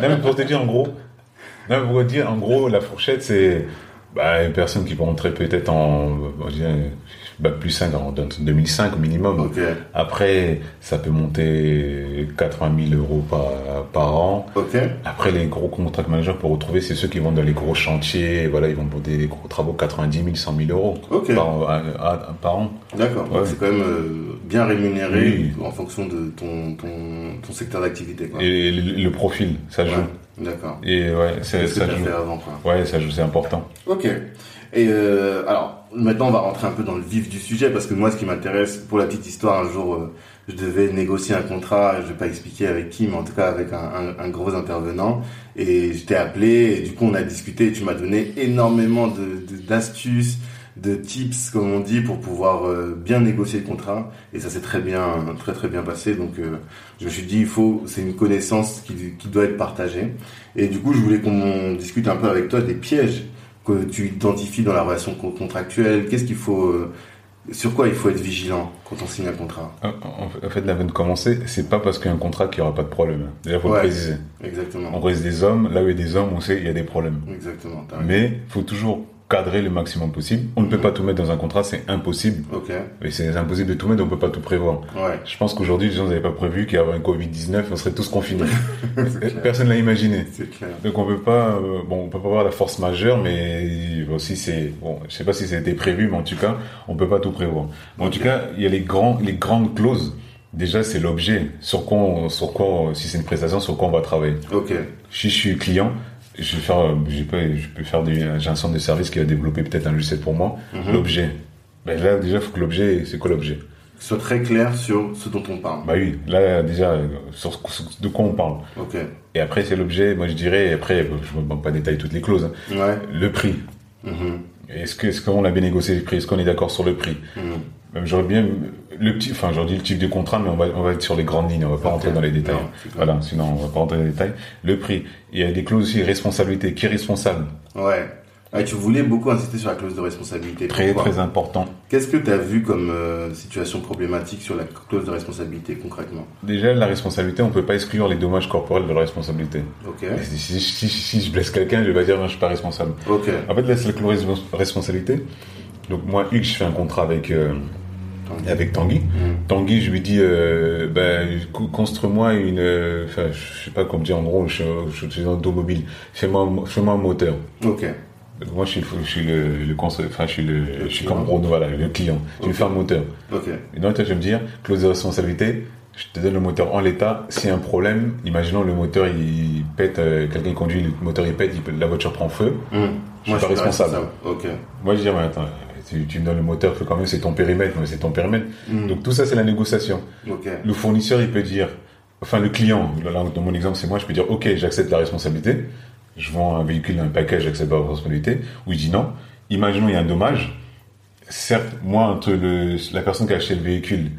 [SPEAKER 2] non, mais pour te dire en gros, non, mais pour te dire en gros, la fourchette c'est bah, une personne qui peut rentrer peut-être en on dirait, bah, plus 5 en 2005 au minimum.
[SPEAKER 1] Ok.
[SPEAKER 2] Après, ça peut monter 80 000 euros par, par an.
[SPEAKER 1] Ok.
[SPEAKER 2] Après, les gros contract managers pour retrouver, c'est ceux qui vont dans les gros chantiers. Voilà, ils vont monter des gros travaux 90 000, 100 000 euros
[SPEAKER 1] Ok.
[SPEAKER 2] par, an- à- à- par an.
[SPEAKER 1] D'accord.
[SPEAKER 2] Ouais.
[SPEAKER 1] C'est quand même euh, bien rémunéré
[SPEAKER 2] Oui.
[SPEAKER 1] en fonction de ton, ton, ton secteur d'activité. quoi.
[SPEAKER 2] Et le, le profil, ça joue.
[SPEAKER 1] Ouais. D'accord.
[SPEAKER 2] Et ouais,
[SPEAKER 1] C'est
[SPEAKER 2] c'est-
[SPEAKER 1] ce que
[SPEAKER 2] ça
[SPEAKER 1] t'as
[SPEAKER 2] joue.
[SPEAKER 1] fait avant, quoi.
[SPEAKER 2] Ouais, ça joue, c'est important.
[SPEAKER 1] Ok. Et euh, alors, maintenant, on va rentrer un peu dans le vif du sujet parce que moi, ce qui m'intéresse, pour la petite histoire, un jour, euh, je devais négocier un contrat. Je vais pas expliquer avec qui, mais en tout cas avec un, un- un gros intervenant. Et je t'ai appelé. Et du coup, on a discuté. Et tu m'as donné énormément de de- d'astuces, de, tips, comme on dit, pour pouvoir euh, bien négocier le contrat. Et ça s'est très bien, très très bien passé. Donc, euh, je me suis dit, il faut, c'est une connaissance qui, qui doit être partagée. Et du coup, je voulais qu'on discute un peu avec toi des pièges que tu identifies dans la relation con- contractuelle Qu'est-ce qu'il faut, euh, sur quoi il faut être vigilant quand on signe un contrat
[SPEAKER 2] En- Euh, En en fait, la de commencer, c'est pas parce qu'il y a un contrat qu'il n'y aura pas de problème. Déjà, faut
[SPEAKER 1] Ouais.
[SPEAKER 2] le préciser. On
[SPEAKER 1] Exactement.
[SPEAKER 2] reste des hommes, là où il y a des hommes, on sait qu'il y a des problèmes.
[SPEAKER 1] Exactement. t'as raison.
[SPEAKER 2] Mais faut toujours cadrer le maximum possible. On ne peut pas tout mettre dans un contrat, c'est impossible.
[SPEAKER 1] Ok.
[SPEAKER 2] Et c'est impossible de tout mettre, on ne peut pas tout prévoir.
[SPEAKER 1] Ouais.
[SPEAKER 2] Je pense qu'aujourd'hui, les gens n'avaient pas prévu qu'il y avait un Covid-19, on serait tous confinés.
[SPEAKER 1] clair.
[SPEAKER 2] Euh, Personne l'a imaginé.
[SPEAKER 1] C'est clair.
[SPEAKER 2] Donc on peut pas, euh, bon, on peut pas avoir la force majeure, mais aussi c'est, bon, je sais pas si c'était prévu, mais en tout cas, on peut pas tout prévoir. Mais en tout cas, il y a les grands, les grandes clauses. Déjà, c'est l'objet. Sur quoi, on- sur quoi, on- si c'est une prestation, sur quoi on va travailler.
[SPEAKER 1] Ok.
[SPEAKER 2] Si je suis client, je vais faire, euh, je peux, je peux faire du, j'ai un centre de service qui va développer peut-être un logiciel pour moi.
[SPEAKER 1] Mhm.
[SPEAKER 2] L'objet. Ben là, déjà, faut que l'objet, c'est quoi l'objet?
[SPEAKER 1] Sois très clair sur ce dont on parle.
[SPEAKER 2] Bah oui, là, déjà, euh, sur, sur- de quoi on parle.
[SPEAKER 1] Ok.
[SPEAKER 2] Et après, c'est l'objet, moi je dirais, et après, bon, je ne vais pas détailler toutes les clauses. hein.
[SPEAKER 1] Ouais.
[SPEAKER 2] Le prix.
[SPEAKER 1] Mhm.
[SPEAKER 2] Est-ce que, est-ce qu'on a bien négocié le prix? Est-ce qu'on est d'accord sur le prix?
[SPEAKER 1] Mhm.
[SPEAKER 2] Même j'aurais bien le petit, enfin j'aurais dit le type de contrat, mais on va, on va être sur les grandes lignes, on va pas
[SPEAKER 1] Ok.
[SPEAKER 2] rentrer dans les détails.
[SPEAKER 1] Non, c'est clair.
[SPEAKER 2] voilà, sinon on va pas rentrer dans les détails. Le prix. Il y a des clauses aussi, responsabilité. Qui est responsable?
[SPEAKER 1] Ouais. Ouais, tu voulais beaucoup insister sur la clause de responsabilité.
[SPEAKER 2] Très
[SPEAKER 1] Pourquoi
[SPEAKER 2] très important.
[SPEAKER 1] Qu'est-ce que tu as vu comme euh, situation problématique sur la clause de responsabilité concrètement
[SPEAKER 2] Déjà la responsabilité, on peut pas exclure les dommages corporels de la responsabilité.
[SPEAKER 1] Ok.
[SPEAKER 2] Et Si, si- si- si je blesse quelqu'un, je vais pas dire non, je suis pas responsable.
[SPEAKER 1] Ok.
[SPEAKER 2] En fait là c'est la clause de responsabilité. Donc moi Hugues, je fais un contrat avec euh,
[SPEAKER 1] Tanguy.
[SPEAKER 2] avec Tanguy.
[SPEAKER 1] Mhm.
[SPEAKER 2] Tanguy, je lui dis, euh, ben, co- construis-moi une, euh, enfin, je sais pas comment dire en gros, je, je, je suis dans le dos mobile, fais-moi, un mo- fais-moi un moteur.
[SPEAKER 1] Ok.
[SPEAKER 2] Donc, Moi, je suis, le- je suis le, le constru- enfin, je suis le, je suis
[SPEAKER 1] client.
[SPEAKER 2] comme Bruno, voilà, le client. Je lui fais un moteur.
[SPEAKER 1] Ok.
[SPEAKER 2] Et donc, toi, tu vas me dire, clause de responsabilité, je te donne le moteur en l'état. S'il y a un problème, imaginons le moteur, il pète, euh, quelqu'un qui conduit, le moteur, il pète, il peut- la voiture prend feu.
[SPEAKER 1] Mhm.
[SPEAKER 2] Je suis pas responsable.
[SPEAKER 1] Ok.
[SPEAKER 2] Moi, je dis, mais attends, tu, tu me donnes le moteur, que quand même, c'est ton périmètre, mais c'est ton périmètre. Donc, tout ça, c'est la négociation.
[SPEAKER 1] Ok.
[SPEAKER 2] Le fournisseur, il peut dire, enfin le client, là, dans mon exemple, c'est moi, je peux dire, ok, j'accepte la responsabilité, je vends un véhicule, un package, j'accepte la responsabilité, ou il dit non. Imaginons, il y a un dommage. Certes, moi, entre le, la personne qui a acheté le véhicule,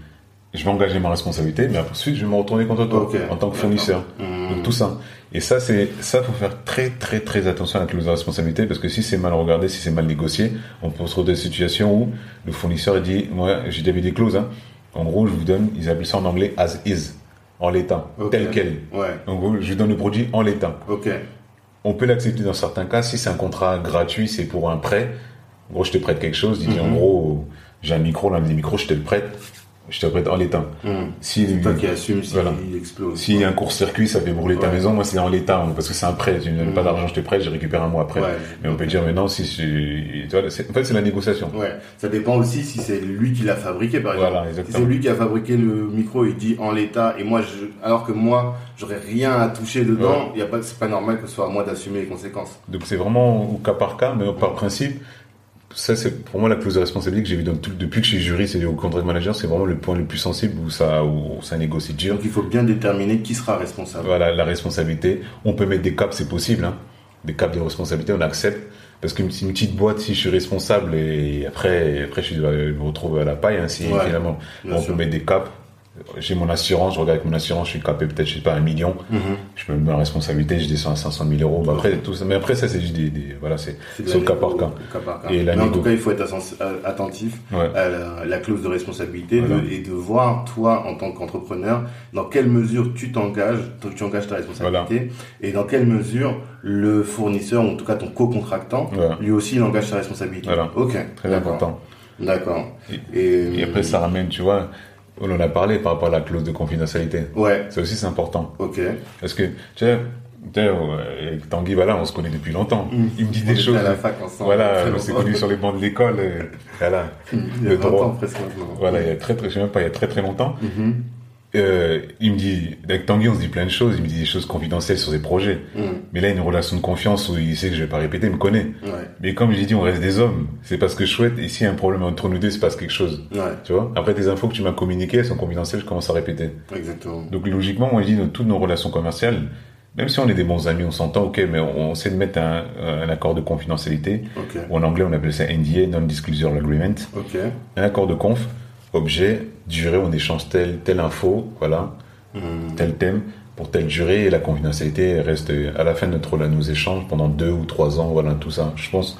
[SPEAKER 2] je vais engager ma responsabilité, mais ensuite, je vais me retourner contre toi,
[SPEAKER 1] Ok.
[SPEAKER 2] en tant que fournisseur.
[SPEAKER 1] Mhm.
[SPEAKER 2] Donc, tout ça. Et ça, c'est, ça, faut faire très, très, très attention à la clause de responsabilité, parce que si c'est mal regardé, si c'est mal négocié, on peut se retrouver dans des situations où le fournisseur il dit, moi, j'ai déjà vu des clauses, hein. En gros, je vous donne, ils appellent ça en anglais as is, en l'état,
[SPEAKER 1] Ok.
[SPEAKER 2] tel quel.
[SPEAKER 1] Ouais.
[SPEAKER 2] En gros, je vous donne le produit en l'état.
[SPEAKER 1] Ok.
[SPEAKER 2] On peut l'accepter dans certains cas, si c'est un contrat gratuit, c'est pour un prêt. En gros, je te prête quelque chose, il dit, en gros, j'ai un micro, l'un des micros, je te le prête, je te le prête en l'état.
[SPEAKER 1] Mhm.
[SPEAKER 2] Si,
[SPEAKER 1] C'est toi qui assume s'il
[SPEAKER 2] Voilà.
[SPEAKER 1] explose.
[SPEAKER 2] si un court-circuit, ça fait brûler
[SPEAKER 1] Ouais.
[SPEAKER 2] ta
[SPEAKER 1] Mm.
[SPEAKER 2] maison, moi c'est en l'état, hein, parce que c'est un prêt, tu ne me donnes pas d'argent, je te prête, je récupère un mois après.
[SPEAKER 1] Ouais.
[SPEAKER 2] Mais on peut dire, mais non, si, je- tu vois, c'est- en fait c'est la négociation.
[SPEAKER 1] Ouais, ça dépend aussi si c'est lui qui l'a fabriqué, par exemple.
[SPEAKER 2] Voilà,
[SPEAKER 1] si
[SPEAKER 2] exactement.
[SPEAKER 1] c'est lui qui a fabriqué le micro, il dit en l'état, et moi, je, alors que moi, j'aurais rien à toucher dedans, y a pas, c'est pas normal que ce soit à moi d'assumer les conséquences.
[SPEAKER 2] Donc c'est vraiment au cas par cas, mais par principe, ça, c'est pour moi la plus de responsabilité que j'ai vue dans tout- depuis que je suis juriste et au contract manager, c'est vraiment le point le plus sensible où ça, où ça négocie dur.
[SPEAKER 1] Donc il faut bien déterminer qui sera responsable.
[SPEAKER 2] Voilà, la responsabilité. On peut mettre des caps, c'est possible. hein. Des caps de responsabilité, on accepte. Parce que c'est une petite boîte, si je suis responsable et après, après je vais me retrouver à la paille, hein, si
[SPEAKER 1] Ouais,
[SPEAKER 2] finalement
[SPEAKER 1] bien
[SPEAKER 2] on
[SPEAKER 1] sûr.
[SPEAKER 2] peut mettre des caps. J'ai mon assurance, je regarde avec mon assurance, je suis capé peut-être, je sais pas, un million.
[SPEAKER 1] Mhm.
[SPEAKER 2] Je peux me mets en responsabilité, je descends à 500 000 euros. Bah, après, tout ça, mais après, ça, c'est juste des, des- voilà, c'est,
[SPEAKER 1] C'est de
[SPEAKER 2] c'est au
[SPEAKER 1] la
[SPEAKER 2] cas
[SPEAKER 1] négo-
[SPEAKER 2] par cas.
[SPEAKER 1] au cas par cas.
[SPEAKER 2] Et la
[SPEAKER 1] Mais en
[SPEAKER 2] négo-
[SPEAKER 1] tout cas, il faut être assen- euh, attentif
[SPEAKER 2] Ouais.
[SPEAKER 1] à la, la clause de responsabilité de-
[SPEAKER 2] Voilà.
[SPEAKER 1] et de voir, toi, en tant qu'entrepreneur, dans quelle mesure tu t'engages, tu tu engages ta responsabilité et dans quelle mesure le fournisseur, ou en tout cas ton co-contractant,
[SPEAKER 2] Voilà.
[SPEAKER 1] lui aussi, il engage sa responsabilité.
[SPEAKER 2] Voilà.
[SPEAKER 1] Ok.
[SPEAKER 2] Très
[SPEAKER 1] d'accord.
[SPEAKER 2] important.
[SPEAKER 1] D'accord. Et,
[SPEAKER 2] Et après, ça ramène, tu vois, on en a parlé par rapport à la clause de confidentialité.
[SPEAKER 1] Ouais.
[SPEAKER 2] Ça aussi, c'est important.
[SPEAKER 1] Ok.
[SPEAKER 2] Parce que, tu sais, tu sais, euh, avec Tanguy, voilà, on se connaît depuis longtemps. Il me dit
[SPEAKER 1] Mmh. On
[SPEAKER 2] des
[SPEAKER 1] était
[SPEAKER 2] choses.
[SPEAKER 1] à la fac ensemble.
[SPEAKER 2] Voilà,
[SPEAKER 1] Très
[SPEAKER 2] on s'est
[SPEAKER 1] longtemps.
[SPEAKER 2] connus sur les bancs de l'école. euh, Voilà,
[SPEAKER 1] Il y a
[SPEAKER 2] le
[SPEAKER 1] 20 ans
[SPEAKER 2] droit.
[SPEAKER 1] presque maintenant.
[SPEAKER 2] Voilà, il y a très, très, je sais même pas, il y a très très longtemps.
[SPEAKER 1] Mhm.
[SPEAKER 2] Euh, il me dit, avec Tanguy, on se dit plein de choses. Il me dit des choses confidentielles sur ses projets.
[SPEAKER 1] Mhm.
[SPEAKER 2] Mais là, une relation de confiance où il sait que je vais pas répéter, il me connaît.
[SPEAKER 1] Ouais.
[SPEAKER 2] Mais comme j'ai dit, on reste des hommes. C'est parce que je souhaite. Et s'il y a un problème entre nous deux, il se passe quelque chose.
[SPEAKER 1] Ouais.
[SPEAKER 2] Tu vois Après, tes infos que tu m'as communiquées, elles sont confidentielles, je commence à répéter.
[SPEAKER 1] Exactement.
[SPEAKER 2] Donc logiquement, moi je dis dans toutes nos relations commerciales, même si on est des bons amis, on s'entend, ok, mais on on sait de mettre un, un accord de confidentialité.
[SPEAKER 1] Ok.
[SPEAKER 2] Ou en anglais, on appelle ça NDA, Non-Disclosure Agreement.
[SPEAKER 1] Ok.
[SPEAKER 2] Un accord de conf, objet, durée, on échange telle, telle info, voilà, tel thème, pour telle durée, et la confidentialité elle reste à la fin de notre relation, nos échanges pendant deux ou trois ans, voilà, tout ça, je pense.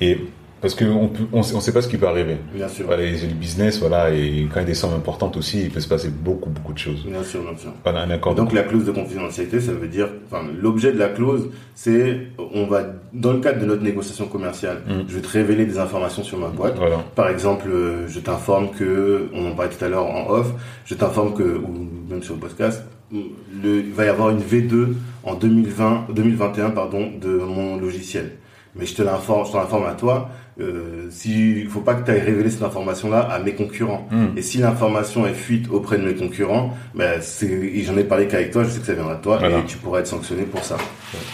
[SPEAKER 2] Et parce qu'on on, sait- on sait pas ce qui peut arriver.
[SPEAKER 1] Bien sûr.
[SPEAKER 2] Voilà, et c'est le business, voilà, et quand il y a des sommes importantes aussi, il peut se passer beaucoup, beaucoup de choses.
[SPEAKER 1] Bien sûr, bien sûr.
[SPEAKER 2] Voilà, un accord de
[SPEAKER 1] Donc la clause de confidentialité, ça veut dire, enfin, l'objet de la clause, c'est, on va, dans le cadre de notre négociation commerciale, je vais te révéler des informations sur ma boîte.
[SPEAKER 2] Voilà.
[SPEAKER 1] Par exemple, euh, je t'informe que, on en parlait tout à l'heure en off, je t'informe que, ou même sur le podcast, le, il va y avoir une V2 en 2020, 2021, pardon, de mon logiciel. Mais je te l'informe, je t'en informe à toi. Euh, si, il faut pas que tu ailles révéler cette information-là à mes concurrents.
[SPEAKER 2] Mm.
[SPEAKER 1] Et si l'information est fuite auprès de mes concurrents, ben c'est, et j'en ai parlé qu'avec toi, je sais que ça viendra de toi,
[SPEAKER 2] Voilà.
[SPEAKER 1] et tu pourras être sanctionné pour ça.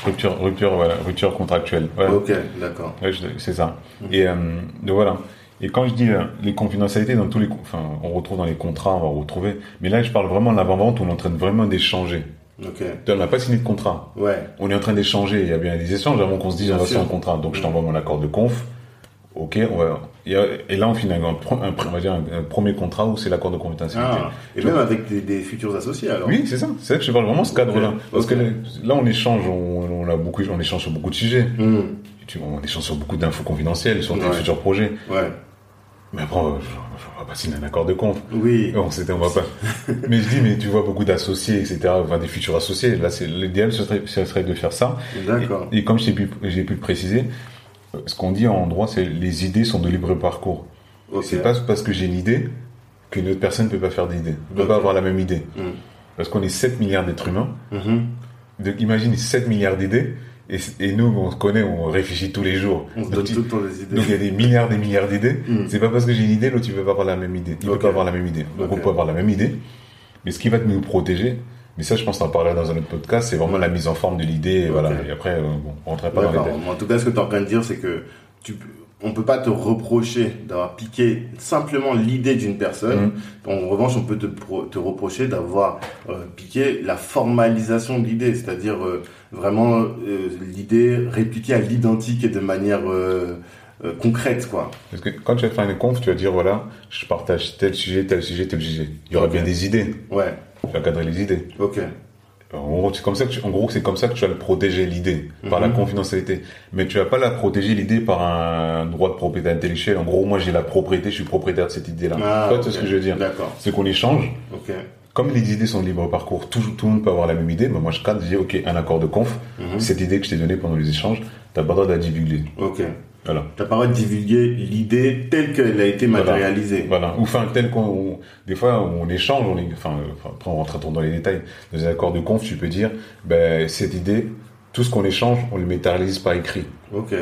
[SPEAKER 2] Rupture, rupture, voilà, rupture contractuelle. Ouais,
[SPEAKER 1] Ok, d'accord.
[SPEAKER 2] Ouais, je- c'est ça. Et euh, donc voilà. Et quand je dis euh, les confidentialités dans tous les, con- enfin, on retrouve dans les contrats, on va retrouver. Mais là, je parle vraiment de l'avant-vente où on est en train de vraiment d'échanger.
[SPEAKER 1] Ok.
[SPEAKER 2] Tu vois, On n'a pas signé de contrat.
[SPEAKER 1] Ouais.
[SPEAKER 2] On est en train d'échanger. Il y a bien des échanges avant qu'on se dise
[SPEAKER 1] Bien
[SPEAKER 2] on va
[SPEAKER 1] sûr. Mm.
[SPEAKER 2] signer un contrat. Donc je t'envoie mon accord de conf. Ok. On va... et, euh, et là, on finit un, pre- un pre- on va dire un, un premier contrat où c'est l'accord de confidentialité.
[SPEAKER 1] Ah, et même avec des, des futurs associés, alors.
[SPEAKER 2] Oui, c'est ça. C'est vrai que je parle vraiment de ce cadre-là.
[SPEAKER 1] Ok.
[SPEAKER 2] Parce que
[SPEAKER 1] Ok.
[SPEAKER 2] là, là, on échange, on, on a beaucoup, on échange sur beaucoup de sujets.
[SPEAKER 1] Hmm,
[SPEAKER 2] Et tu- on échange sur beaucoup d'infos confidentielles sur tes
[SPEAKER 1] Ouais.
[SPEAKER 2] futurs projets.
[SPEAKER 1] ouais.
[SPEAKER 2] Mais après, on va- on va pas signer un accord de compte.
[SPEAKER 1] Oui.
[SPEAKER 2] On s'était, on va pas. mais je dis, mais tu vois beaucoup d'associés, etc., enfin des futurs associés. Là, c'est, l'idéal, ce serait, ce serait de faire ça.
[SPEAKER 1] D'accord.
[SPEAKER 2] Et, et comme j'ai pu, j'ai pu le préciser, euh, ce qu'on dit en droit, c'est les idées sont de libre parcours.
[SPEAKER 1] Ok.
[SPEAKER 2] C'est pas parce que j'ai une idée qu'une autre personne ne peut pas faire d'idée. Ne peut
[SPEAKER 1] Ok.
[SPEAKER 2] pas avoir la même idée.
[SPEAKER 1] Mm.
[SPEAKER 2] Parce qu'on est 7 milliards d'êtres humains.
[SPEAKER 1] Mhm.
[SPEAKER 2] Donc, imagine 7 milliards d'idées. Et, et nous, on se connaît, on réfléchit tous les jours.
[SPEAKER 1] On se
[SPEAKER 2] Donc,
[SPEAKER 1] donne
[SPEAKER 2] tu-
[SPEAKER 1] tout le temps des idées.
[SPEAKER 2] donc il y a des milliards des milliards d'idées.
[SPEAKER 1] Mm.
[SPEAKER 2] C'est pas parce que j'ai une idée, l'autre il peut pas avoir la même idée. Il
[SPEAKER 1] Ok.
[SPEAKER 2] peut pas avoir la même idée. Donc
[SPEAKER 1] Ok.
[SPEAKER 2] on peut avoir la même idée, mais ce qui va nous protéger, mais ça je pense en parler dans un autre podcast, c'est vraiment la mise en forme de l'idée. Et voilà.
[SPEAKER 1] Ok.
[SPEAKER 2] Et après, euh, bon, on rentrait pas dans les
[SPEAKER 1] D'accord.
[SPEAKER 2] détails.
[SPEAKER 1] En tout cas, ce que tu es en train de dire, c'est que tu, on peut pas te reprocher d'avoir piqué simplement l'idée d'une personne.
[SPEAKER 2] Mm-hmm.
[SPEAKER 1] En revanche, on peut te, pro- te reprocher d'avoir euh, piqué la formalisation de l'idée, c'est-à-dire euh, vraiment euh, l'idée répliquée à l'identique et de manière euh, euh, concrète, quoi.
[SPEAKER 2] Parce que quand tu vas faire une conf, tu vas dire voilà, je partage tel sujet, tel sujet, tel sujet. Il y aura
[SPEAKER 1] Ok.
[SPEAKER 2] bien des idées.
[SPEAKER 1] Ouais.
[SPEAKER 2] Tu vas cadrer les idées.
[SPEAKER 1] Ok.
[SPEAKER 2] En gros, c'est comme ça que tu, en gros, c'est comme ça que tu vas le protéger l'idée par
[SPEAKER 1] Mhm.
[SPEAKER 2] la confidentialité. Mais tu vas pas la protéger l'idée par un droit de propriété intellectuelle. En gros, moi j'ai la propriété, je suis propriétaire de cette idée-là.
[SPEAKER 1] Ah,
[SPEAKER 2] tu vois tu
[SPEAKER 1] ok.
[SPEAKER 2] vois ce que je veux dire
[SPEAKER 1] D'accord.
[SPEAKER 2] C'est qu'on échange.
[SPEAKER 1] Ok.
[SPEAKER 2] Comme les idées sont de libre parcours, tout, tout le monde peut avoir la même idée. Mais moi je cadre, je dis ok, un accord de conf.
[SPEAKER 1] Mmh.
[SPEAKER 2] Cette idée que je t'ai donnée pendant les échanges, t'as pas le droit de la divulguer.
[SPEAKER 1] Mm-hmm. Ok.
[SPEAKER 2] Voilà.
[SPEAKER 1] T'as pas le droit de divulguer l'idée telle qu'elle a été
[SPEAKER 2] Voilà.
[SPEAKER 1] matérialisée.
[SPEAKER 2] Voilà. Ou enfin, tel qu'on, on- des fois, on échange, on, est- enfin, euh, après, on rentre trop dans les détails. Dans les accords de conf, tu peux dire, ben, cette idée, tout ce qu'on échange, on le matérialise par écrit.
[SPEAKER 1] Ok.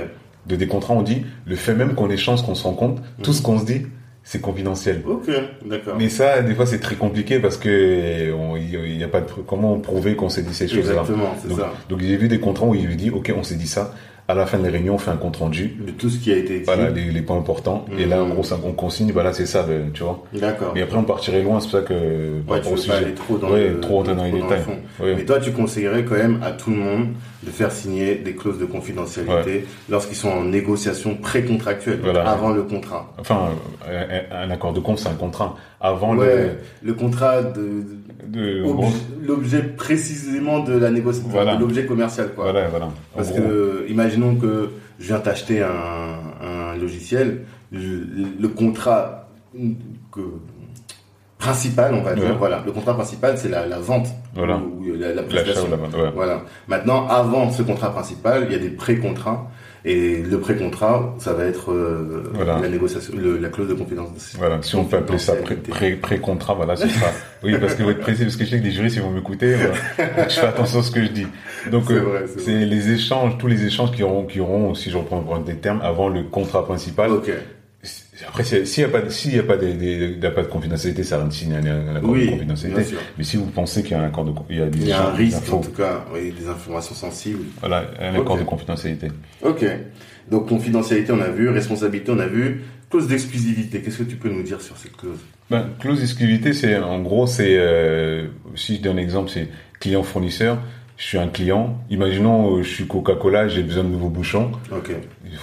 [SPEAKER 2] De des contrats, on dit, le fait même qu'on échange, qu'on se rencontre, tout ce qu'on se dit, c'est confidentiel.
[SPEAKER 1] Ok. D'accord.
[SPEAKER 2] Mais ça, des fois, c'est très compliqué parce que on- il n'y a pas de, comment prouver qu'on s'est dit ces choses-là.
[SPEAKER 1] Exactement, c'est
[SPEAKER 2] hein. Donc,
[SPEAKER 1] ça.
[SPEAKER 2] donc j'ai vu des contrats où il lui dit, ok, on s'est dit ça. à la fin des réunions, on fait un compte rendu.
[SPEAKER 1] De tout ce qui a été dit.
[SPEAKER 2] Voilà, les, les points importants. Et là, en
[SPEAKER 1] Mhm.
[SPEAKER 2] gros, ça, on consigne, voilà, c'est ça, le- tu vois.
[SPEAKER 1] D'accord.
[SPEAKER 2] Mais après, on partirait loin, c'est pour ça que. par
[SPEAKER 1] Ouais,
[SPEAKER 2] rapport
[SPEAKER 1] tu
[SPEAKER 2] au
[SPEAKER 1] veux pas
[SPEAKER 2] sujet.
[SPEAKER 1] aller trop dans
[SPEAKER 2] Ouais,
[SPEAKER 1] le,
[SPEAKER 2] trop dans les
[SPEAKER 1] trop
[SPEAKER 2] détails.
[SPEAKER 1] fond.
[SPEAKER 2] Ouais.
[SPEAKER 1] Mais toi, tu conseillerais quand même à tout le monde de faire signer des clauses de confidentialité lorsqu'ils sont en négociation précontractuelle, donc
[SPEAKER 2] Voilà.
[SPEAKER 1] avant le contrat.
[SPEAKER 2] Enfin, euh, un, un accord de compte, c'est un contrat. Avant
[SPEAKER 1] Ouais, le contrat de
[SPEAKER 2] le. de- en
[SPEAKER 1] obje-
[SPEAKER 2] gros,
[SPEAKER 1] l'objet précisément de la négociation,
[SPEAKER 2] Voilà.
[SPEAKER 1] de l'objet commercial, quoi.
[SPEAKER 2] voilà, voilà. En
[SPEAKER 1] Parce
[SPEAKER 2] gros.
[SPEAKER 1] que imaginons que je viens t'acheter un, un logiciel, le, le contrat que- principal, on va dire,
[SPEAKER 2] Ouais.
[SPEAKER 1] voilà, le contrat principal, c'est la, la vente
[SPEAKER 2] Voilà.
[SPEAKER 1] ou, ou la, la
[SPEAKER 2] L'achat
[SPEAKER 1] prestation.
[SPEAKER 2] ou la vente, ouais.
[SPEAKER 1] Voilà. Maintenant, avant ce contrat principal, il y a des pré-contrats. Et le pré-contrat, ça va être euh,
[SPEAKER 2] Voilà.
[SPEAKER 1] la négociation, le- la clause de confidentialité.
[SPEAKER 2] Voilà, si on peut appeler ça pré- pré- pré-contrat, voilà, c'est ça. Oui, parce que vous êtes précis, parce que je sais que les juristes, ils vont m'écouter, voilà. Donc, je fais attention à ce que je dis. Donc,
[SPEAKER 1] C'est
[SPEAKER 2] euh,
[SPEAKER 1] vrai, c'est
[SPEAKER 2] c'est les échanges, tous les échanges qui auront, qui auront, si je reprends pour un des termes, avant le contrat principal.
[SPEAKER 1] Ok.
[SPEAKER 2] C'est- Après, c'est- s'il n'y a pas, de- s'il y a pas des, des- il y a pas de confidentialité, ça va signer un, un accord
[SPEAKER 1] Oui,
[SPEAKER 2] de
[SPEAKER 1] bien
[SPEAKER 2] confidentialité.
[SPEAKER 1] sûr.
[SPEAKER 2] Mais si vous pensez qu'il y a un accord de, il y a des
[SPEAKER 1] Il y a un
[SPEAKER 2] échanges, des
[SPEAKER 1] risque, en
[SPEAKER 2] infos,
[SPEAKER 1] tout cas, oui, des informations sensibles.
[SPEAKER 2] voilà, un accord
[SPEAKER 1] Ok.
[SPEAKER 2] de confidentialité.
[SPEAKER 1] Ok. Donc confidentialité, on a vu, responsabilité, on a vu, clause d'exclusivité. Qu'est-ce que tu peux nous dire sur cette clause
[SPEAKER 2] Ben, clause d'exclusivité, c'est en gros, c'est euh, si je donne l'exemple, c'est client fournisseur. Je suis un client. Imaginons, euh, je suis Coca-Cola, j'ai besoin de nouveaux bouchons.
[SPEAKER 1] Ok.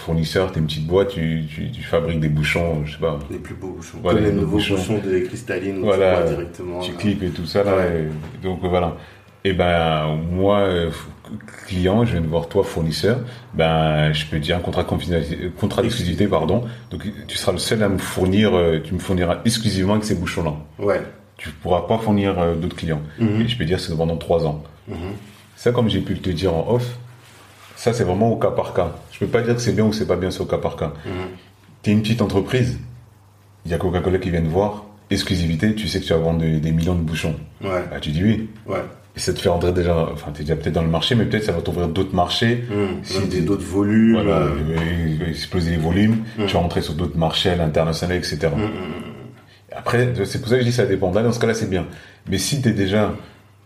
[SPEAKER 2] Fournisseur, t'es une petite boîte, tu, tu, tu fabriques des bouchons, je sais pas.
[SPEAKER 1] Les plus beaux bouchons.
[SPEAKER 2] Voilà,
[SPEAKER 1] Comme les
[SPEAKER 2] les
[SPEAKER 1] nouveaux
[SPEAKER 2] bouchons.
[SPEAKER 1] bouchons, de cristalline, où tu
[SPEAKER 2] Voilà.
[SPEAKER 1] vois directement.
[SPEAKER 2] Tu
[SPEAKER 1] là.
[SPEAKER 2] clips et tout ça là.
[SPEAKER 1] hein. Ouais.
[SPEAKER 2] et donc euh, voilà. Et ben moi, euh, f- client, je viens de voir toi fournisseur. Ben je peux dire un contrat de confidentialité- euh, contrat d'exclusivité, pardon. Donc tu seras le seul à me fournir, euh, tu me fourniras exclusivement avec ces bouchons-là.
[SPEAKER 1] Ouais.
[SPEAKER 2] Tu pourras pas fournir euh, d'autres clients.
[SPEAKER 1] Mhm.
[SPEAKER 2] Et je peux dire c'est pendant trois ans.
[SPEAKER 1] Mhm.
[SPEAKER 2] Ça, comme j'ai pu te le dire en off, ça c'est vraiment au cas par cas. Je peux pas dire que c'est bien ou que c'est pas bien, c'est au cas par cas.
[SPEAKER 1] Mhm.
[SPEAKER 2] T'es une petite entreprise, il y a Coca-Cola qui vient te voir, exclusivité, tu sais que tu vas vendre des, des millions de bouchons.
[SPEAKER 1] Ouais.
[SPEAKER 2] Bah tu dis oui.
[SPEAKER 1] Ouais.
[SPEAKER 2] Et ça te fait rentrer déjà, enfin t'es déjà peut-être dans le marché, mais peut-être ça va t'ouvrir d'autres marchés.
[SPEAKER 1] Mhm.
[SPEAKER 2] Si
[SPEAKER 1] Même des
[SPEAKER 2] tu-
[SPEAKER 1] d'autres volumes.
[SPEAKER 2] Voilà,
[SPEAKER 1] euh,
[SPEAKER 2] euh, exploser les volumes, tu vas rentrer sur d'autres marchés à l'international, etc. Après, c'est pour ça que je dis ça dépend. Là, dans ce cas-là, c'est bien. Mais si t'es déjà,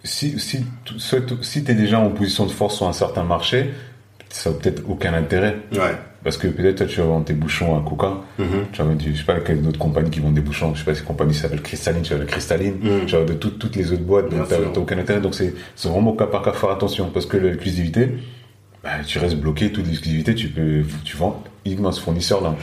[SPEAKER 2] si, si, tout- soit- si t'es déjà en position de force sur un certain marché, ça n'a peut-être aucun intérêt.
[SPEAKER 1] Ouais.
[SPEAKER 2] Parce que peut-être, toi, tu vas vendre tes bouchons à Coca.
[SPEAKER 1] Mhm.
[SPEAKER 2] Tu vas vendre, du- je sais pas, quelle autre compagnie qui vend des bouchons. Je sais pas si compagnie s'appelle Cristalline, tu vas la Cristalline.
[SPEAKER 1] Mhm.
[SPEAKER 2] Tu vas de toutes- toutes les autres boîtes.
[SPEAKER 1] Bien
[SPEAKER 2] Donc, t'as
[SPEAKER 1] sûr.
[SPEAKER 2] t'as aucun intérêt. Donc, c'est, c'est vraiment au cas par cas faire attention. Parce que l'exclusivité, bah, tu restes bloqué. Toute l'exclusivité, tu peux, tu vends uniquement à ce fournisseur-là.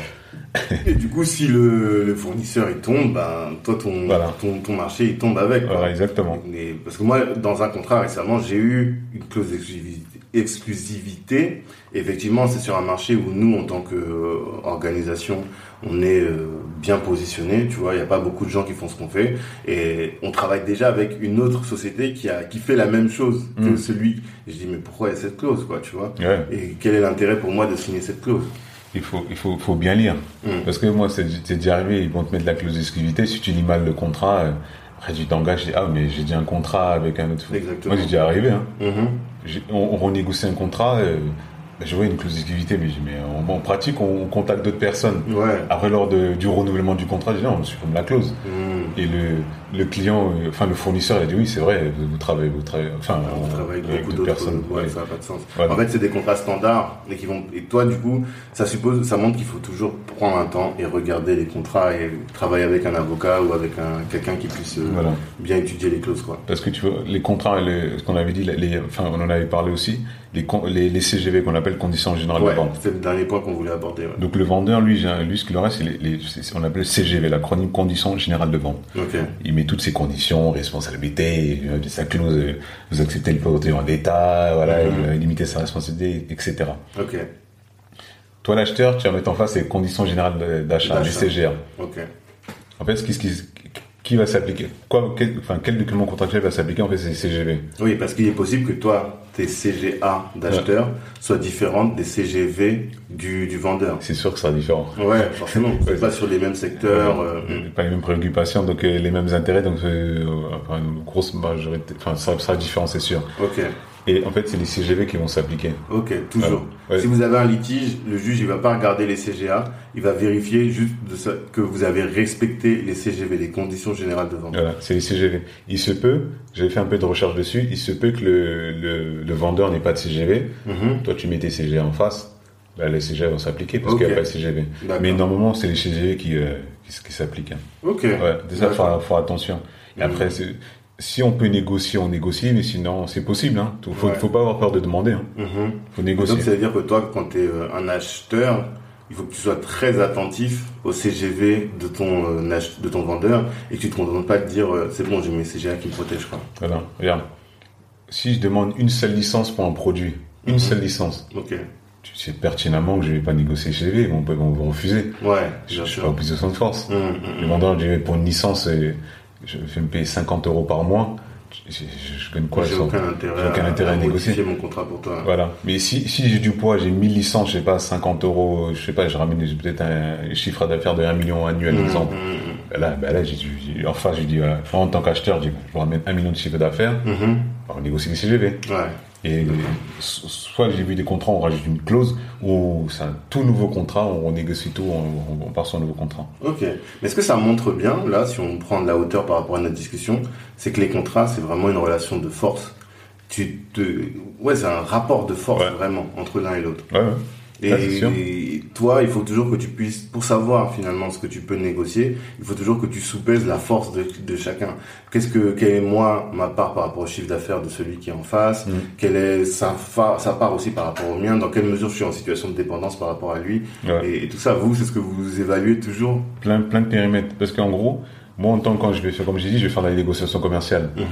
[SPEAKER 1] Et du coup, si le, le fournisseur il tombe, ben, toi ton,
[SPEAKER 2] Voilà.
[SPEAKER 1] ton, ton marché il tombe avec. quoi.
[SPEAKER 2] Voilà, exactement.
[SPEAKER 1] Mais- parce que moi, dans un contrat récemment, j'ai eu une clause d'exclusivité. exclusivité. Effectivement, c'est sur un marché où nous, en tant qu'organisation, on est euh, bien positionné. Tu vois, il n'y a pas beaucoup de gens qui font ce qu'on fait. Et on travaille déjà avec une autre société qui, a, qui fait la même chose que
[SPEAKER 2] Mm.
[SPEAKER 1] celui. Et je dis, mais pourquoi il y a cette clause, quoi, tu vois
[SPEAKER 2] Ouais.
[SPEAKER 1] Et quel est l'intérêt pour moi de signer cette clause
[SPEAKER 2] Il faut, il faut, faut bien lire.
[SPEAKER 1] Mm.
[SPEAKER 2] Parce que moi, c'est c'est déjà arrivé, ils vont te mettre la clause d'exclusivité. Si tu lis mal le contrat, euh, après tu t'engages, tu dis, ah, mais j'ai dit un contrat avec un autre. fou.
[SPEAKER 1] Exactement.
[SPEAKER 2] Moi, j'ai déjà arrivé. Hein.
[SPEAKER 1] Mhm.
[SPEAKER 2] J'ai- On, on renégocie un contrat, euh, bah, je vois une clause d'exclusivité, mais, j'ai dit, mais en, en pratique, on, on contacte d'autres personnes.
[SPEAKER 1] Ouais.
[SPEAKER 2] Après, lors de- du renouvellement du contrat, je dis, non, on supprime la clause.
[SPEAKER 1] Mhm.
[SPEAKER 2] Et le, le client, euh, enfin le fournisseur, il a dit, oui, c'est vrai, vous, vous travaillez, vous travaillez, enfin,
[SPEAKER 1] On travaille avec beaucoup
[SPEAKER 2] d'autres
[SPEAKER 1] d'autres
[SPEAKER 2] personnes.
[SPEAKER 1] ouais,
[SPEAKER 2] ouais.
[SPEAKER 1] ça n'a pas de sens.
[SPEAKER 2] Voilà.
[SPEAKER 1] En fait, c'est des contrats standards et qui vont. Et toi, du coup, ça suppose, ça montre qu'il faut toujours prendre un temps et regarder les contrats et travailler avec un avocat ou avec un quelqu'un qui puisse euh,
[SPEAKER 2] Voilà.
[SPEAKER 1] bien étudier les clauses, quoi.
[SPEAKER 2] Parce que tu vois, les contrats, le- ce qu'on avait dit, les, enfin, on en avait parlé aussi, les, con- les, les CGV qu'on appelle conditions générales
[SPEAKER 1] Ouais,
[SPEAKER 2] de vente.
[SPEAKER 1] c'est le dernier point qu'on voulait aborder. ouais.
[SPEAKER 2] Donc le vendeur, lui, j'ai- lui ce qu'il aurait, c'est les, les- c'est- on appelle CGV, la chronique conditions générales de vente.
[SPEAKER 1] Ok.
[SPEAKER 2] Il met toutes ses conditions, responsabilité, euh, sa clause, euh, vous acceptez le propriétaire en l'état, voilà,
[SPEAKER 1] Mhm.
[SPEAKER 2] il va limiter sa responsabilité, etc.
[SPEAKER 1] Ok.
[SPEAKER 2] Toi, l'acheteur, tu vas mettre en face les conditions générales d'achat, les
[SPEAKER 1] D'achat.
[SPEAKER 2] CGA.
[SPEAKER 1] Ok.
[SPEAKER 2] En fait, ce qui, ce qui- qui va s'appliquer, quoi, quel, enfin, quel document contractuel va s'appliquer, en fait, c'est les CGV.
[SPEAKER 1] Oui, parce qu'il est possible que toi, tes CGA d'acheteur soient différentes des CGV du, du vendeur.
[SPEAKER 2] C'est sûr que ça sera différent.
[SPEAKER 1] Ouais, forcément.
[SPEAKER 2] Ouais.
[SPEAKER 1] C'est pas sur les mêmes secteurs. euh,
[SPEAKER 2] Euh, pas les mêmes préoccupations, donc euh, les mêmes intérêts, donc euh, enfin, une grosse majorité, enfin ça ça sera différent, c'est sûr.
[SPEAKER 1] Ok.
[SPEAKER 2] Et en fait, c'est les CGV qui vont s'appliquer.
[SPEAKER 1] Ok, toujours.
[SPEAKER 2] Ah, ouais.
[SPEAKER 1] Si vous avez un litige, le juge il va pas regarder les CGA, il va vérifier juste de ça- que vous avez respecté les CGV, les conditions générales de vente.
[SPEAKER 2] Voilà, c'est les CGV. Il se peut, j'ai fait un peu de recherche dessus, il se peut que le, le, le vendeur n'ait pas de CGV.
[SPEAKER 1] Mhm.
[SPEAKER 2] Toi, tu mets tes CGV en face. bah, les CGV vont s'appliquer parce
[SPEAKER 1] Ok.
[SPEAKER 2] qu'il n'y a pas de CGV.
[SPEAKER 1] D'accord.
[SPEAKER 2] Mais normalement, c'est les CGV qui, euh, qui, s- qui s'appliquent. hein.
[SPEAKER 1] Ok.
[SPEAKER 2] Ouais, déjà, faut,
[SPEAKER 1] D'accord.
[SPEAKER 2] faut attention. Et après, c'est- si on peut négocier, on négocie, mais sinon, c'est possible. Hein. Tout- Faut,
[SPEAKER 1] Ouais.
[SPEAKER 2] faut pas avoir peur de demander. Hein.
[SPEAKER 1] Mhm.
[SPEAKER 2] Faut
[SPEAKER 1] Donc, ça
[SPEAKER 2] négocier.
[SPEAKER 1] veut dire que toi, quand tu es un acheteur, il faut que tu sois très attentif au CGV de ton, euh, ach- de ton vendeur et que tu te contentes pas de dire euh, c'est bon, j'ai mes CGV qui me protègent. Quoi.
[SPEAKER 2] Voilà, regarde. Si je demande une seule licence pour un produit, une
[SPEAKER 1] Mhm.
[SPEAKER 2] seule licence,
[SPEAKER 1] Ok.
[SPEAKER 2] tu sais pertinemment que je vais pas négocier CGV, ils vont, ils vont- ils vont refuser.
[SPEAKER 1] Ouais,
[SPEAKER 2] Je
[SPEAKER 1] bien
[SPEAKER 2] ne suis Mm.
[SPEAKER 1] sûr.
[SPEAKER 2] pas en position de force.
[SPEAKER 1] Hum, hum,
[SPEAKER 2] Le vendeur, je vais pour une licence, euh, je vais me payer 50 euros par mois. Je, je- je gagne quoi
[SPEAKER 1] j'ai
[SPEAKER 2] sur-
[SPEAKER 1] aucun intérêt,
[SPEAKER 2] j'ai aucun intérêt à
[SPEAKER 1] modifier
[SPEAKER 2] négocier.
[SPEAKER 1] mon contrat pour toi.
[SPEAKER 2] Voilà. Mais si, si j'ai du poids, j'ai 1000 licences, je sais pas, 50 euros, je sais pas, je ramène j'ai peut-être un chiffre d'affaires de 1 million annuel, par
[SPEAKER 1] Hum,
[SPEAKER 2] exemple.
[SPEAKER 1] hum,
[SPEAKER 2] Ben Là, ben là j'ai, dû- j'ai- enfin, j'ai dit, voilà. en tant qu'acheteur, je, dis, je ramène 1 million de chiffre d'affaires,
[SPEAKER 1] hum, hum.
[SPEAKER 2] on négocie les CGV.
[SPEAKER 1] Ouais.
[SPEAKER 2] Et euh, so- soit j'ai vu des contrats, on rajoute une clause, ou c'est un tout nouveau contrat, on négocie tout, on, on- on part sur un nouveau contrat.
[SPEAKER 1] Ok. Mais ce que ça montre bien, là, si on prend de la hauteur par rapport à notre discussion, c'est que les contrats, c'est vraiment une relation de force. Tu te... Ouais, c'est un rapport de force,
[SPEAKER 2] Ouais.
[SPEAKER 1] vraiment, entre l'un et l'autre.
[SPEAKER 2] Ouais, ouais.
[SPEAKER 1] Et,
[SPEAKER 2] Ah, c'est sûr.
[SPEAKER 1] et toi, il faut toujours que tu puisses, pour savoir finalement ce que tu peux négocier, il faut toujours que tu soupèses la force de, de chacun. Qu'est-ce que, quelle est moi, ma part par rapport au chiffre d'affaires de celui qui est en face?
[SPEAKER 2] Mhm.
[SPEAKER 1] Quelle est sa, fa- sa part aussi par rapport au mien? Dans quelle mesure je suis en situation de dépendance par rapport à lui?
[SPEAKER 2] Ouais.
[SPEAKER 1] Et, et tout ça, vous, c'est ce que vous évaluez toujours?
[SPEAKER 2] Plein, plein de périmètres. Parce qu'en gros, moi, en tant que quand je vais faire, comme j'ai dit, je vais faire de la négociation commerciale.
[SPEAKER 1] Mhm.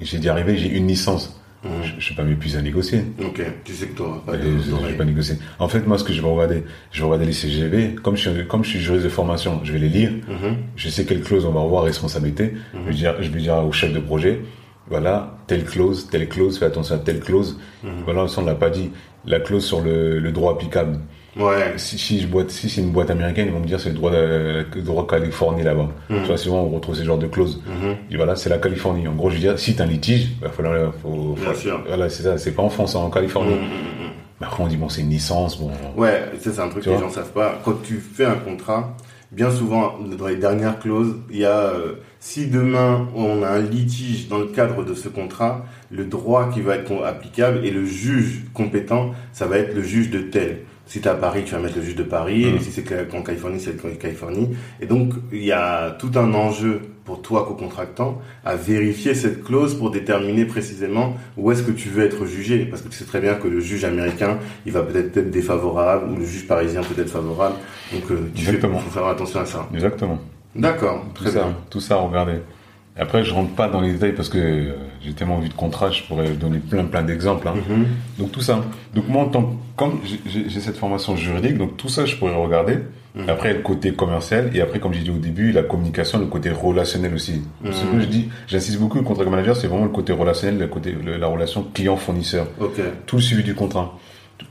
[SPEAKER 2] Et J'ai dit arrivé, j'ai une licence.
[SPEAKER 1] Mhm.
[SPEAKER 2] Je, je vais pas m'épuiser à négocier.
[SPEAKER 1] Ok. Tu sais que t'auras pas
[SPEAKER 2] Je
[SPEAKER 1] de
[SPEAKER 2] je vais pas négocier. En fait, moi, ce que je vais regarder, je vais regarder les CGV. Comme je, suis- comme je suis juriste de formation, je vais les lire.
[SPEAKER 1] Mhm.
[SPEAKER 2] je sais quelle clause on va avoir responsabilité. Je vais dire, je vais dire au chef de projet, voilà, telle clause, telle clause, fais attention à telle clause. Voilà, ça on l'a pas dit. La clause sur le, le droit applicable.
[SPEAKER 1] Ouais.
[SPEAKER 2] Si, si je boîte, si c'est une boîte américaine, ils vont me dire c'est le droit, euh, le droit Californie là-bas.
[SPEAKER 1] Mm.
[SPEAKER 2] Tu vois, souvent on retrouve ce genre de clause.
[SPEAKER 1] Mhm.
[SPEAKER 2] Et voilà, c'est la Californie. En gros, je veux dire, si t'as un litige, bah, faut, la- faut,
[SPEAKER 1] Bien
[SPEAKER 2] faut-
[SPEAKER 1] sûr.
[SPEAKER 2] voilà, c'est ça, c'est pas en France, c'est en Californie.
[SPEAKER 1] Mhm, mhm, mhm.
[SPEAKER 2] Mais Après, on dit bon, c'est une licence, bon.
[SPEAKER 1] Ouais, ça c'est un truc
[SPEAKER 2] Tu
[SPEAKER 1] que les
[SPEAKER 2] vois
[SPEAKER 1] gens savent pas. Quand tu fais un contrat, bien souvent dans les dernières clauses, il y a euh, si demain on a un litige dans le cadre de ce contrat, le droit qui va être con- applicable et le juge compétent, ça va être le juge de tel. Si t'es à Paris, tu vas mettre le juge de Paris.
[SPEAKER 2] Mhm.
[SPEAKER 1] Et si c'est cla- en Californie, c'est en Californie. Et donc, il y a tout un enjeu pour toi, co-contractant, à vérifier cette clause pour déterminer précisément où est-ce que tu veux être jugé. Parce que tu sais très bien que le juge américain, il va peut-être être défavorable, ou le juge parisien peut être favorable. Donc, euh, tu fais,
[SPEAKER 2] Exactement.
[SPEAKER 1] faut faire attention à ça.
[SPEAKER 2] Exactement.
[SPEAKER 1] D'accord,
[SPEAKER 2] Tout
[SPEAKER 1] très
[SPEAKER 2] ça,
[SPEAKER 1] bien.
[SPEAKER 2] tout ça, regardez. Après, je rentre pas dans les détails parce que euh, j'ai tellement vu de contrats, je pourrais donner plein, plein d'exemples. hein.
[SPEAKER 1] Mhm.
[SPEAKER 2] Donc tout ça. Donc moi, en tant que- comme j'ai- j'ai j'ai cette formation juridique, donc tout ça, je pourrais regarder.
[SPEAKER 1] Mm.
[SPEAKER 2] Après, le côté commercial et après, comme j'ai dit au début, la communication, le côté relationnel aussi.
[SPEAKER 1] Mm.
[SPEAKER 2] Ce que je dis, j'insiste beaucoup, le contract manager, c'est vraiment le côté relationnel, le côté, le- la relation client-fournisseur
[SPEAKER 1] Ok.
[SPEAKER 2] tout le suivi du contrat.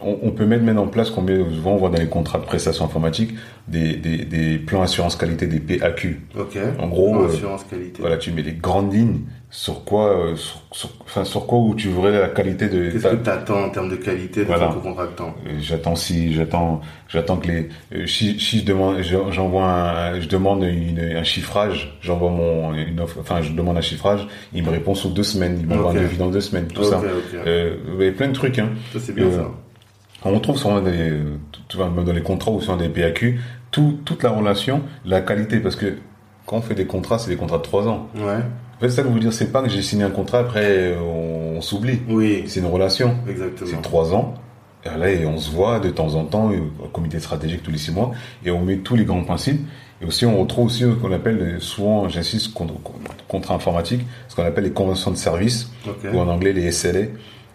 [SPEAKER 2] On, on peut même mettre en place, qu'on met, souvent on voit dans les contrats de prestations informatiques, des, des, des plans assurance qualité, des PAQ.
[SPEAKER 1] Ok.
[SPEAKER 2] En gros,
[SPEAKER 1] En
[SPEAKER 2] euh,
[SPEAKER 1] assurance qualité.
[SPEAKER 2] Voilà, tu mets les grandes lignes sur quoi, euh, sur, sur- enfin, sur quoi où tu voudrais la qualité de.
[SPEAKER 1] Qu'est-ce
[SPEAKER 2] ta-
[SPEAKER 1] que tu attends en termes de qualité de
[SPEAKER 2] Voilà.
[SPEAKER 1] ton co-contractant
[SPEAKER 2] Euh, J'attends si j'attends j'attends que les euh, si, si je demande je- j'envoie un, je demande une- un chiffrage j'envoie mon une offre enfin je demande un chiffrage il me répond sous deux semaines il m'envoie
[SPEAKER 1] Ok.
[SPEAKER 2] un devis dans deux semaines tout
[SPEAKER 1] Ok,
[SPEAKER 2] ça
[SPEAKER 1] ok.
[SPEAKER 2] euh, mais plein de trucs hein
[SPEAKER 1] Ça, c'est bien
[SPEAKER 2] euh,
[SPEAKER 1] ça.
[SPEAKER 2] On trouve souvent dans les, tout- tout- même dans les contrats ou sur des PAQ, tout- toute la relation, la qualité, parce que quand on fait des contrats, c'est des contrats de trois ans.
[SPEAKER 1] Ouais.
[SPEAKER 2] En fait, ça que vous dire, c'est pas que j'ai signé un contrat, après euh, on, on s'oublie.
[SPEAKER 1] Oui,
[SPEAKER 2] C'est une relation.
[SPEAKER 1] exactement.
[SPEAKER 2] C'est trois ans. Et là, et on se voit de temps en temps, et au comité stratégique tous les six mois, et on met tous les grands principes. Et aussi, on retrouve aussi ce qu'on appelle, euh, souvent, j'insiste, con- con- contrat informatique, ce qu'on appelle les conventions de service
[SPEAKER 1] Ok.
[SPEAKER 2] ou en anglais les SLA,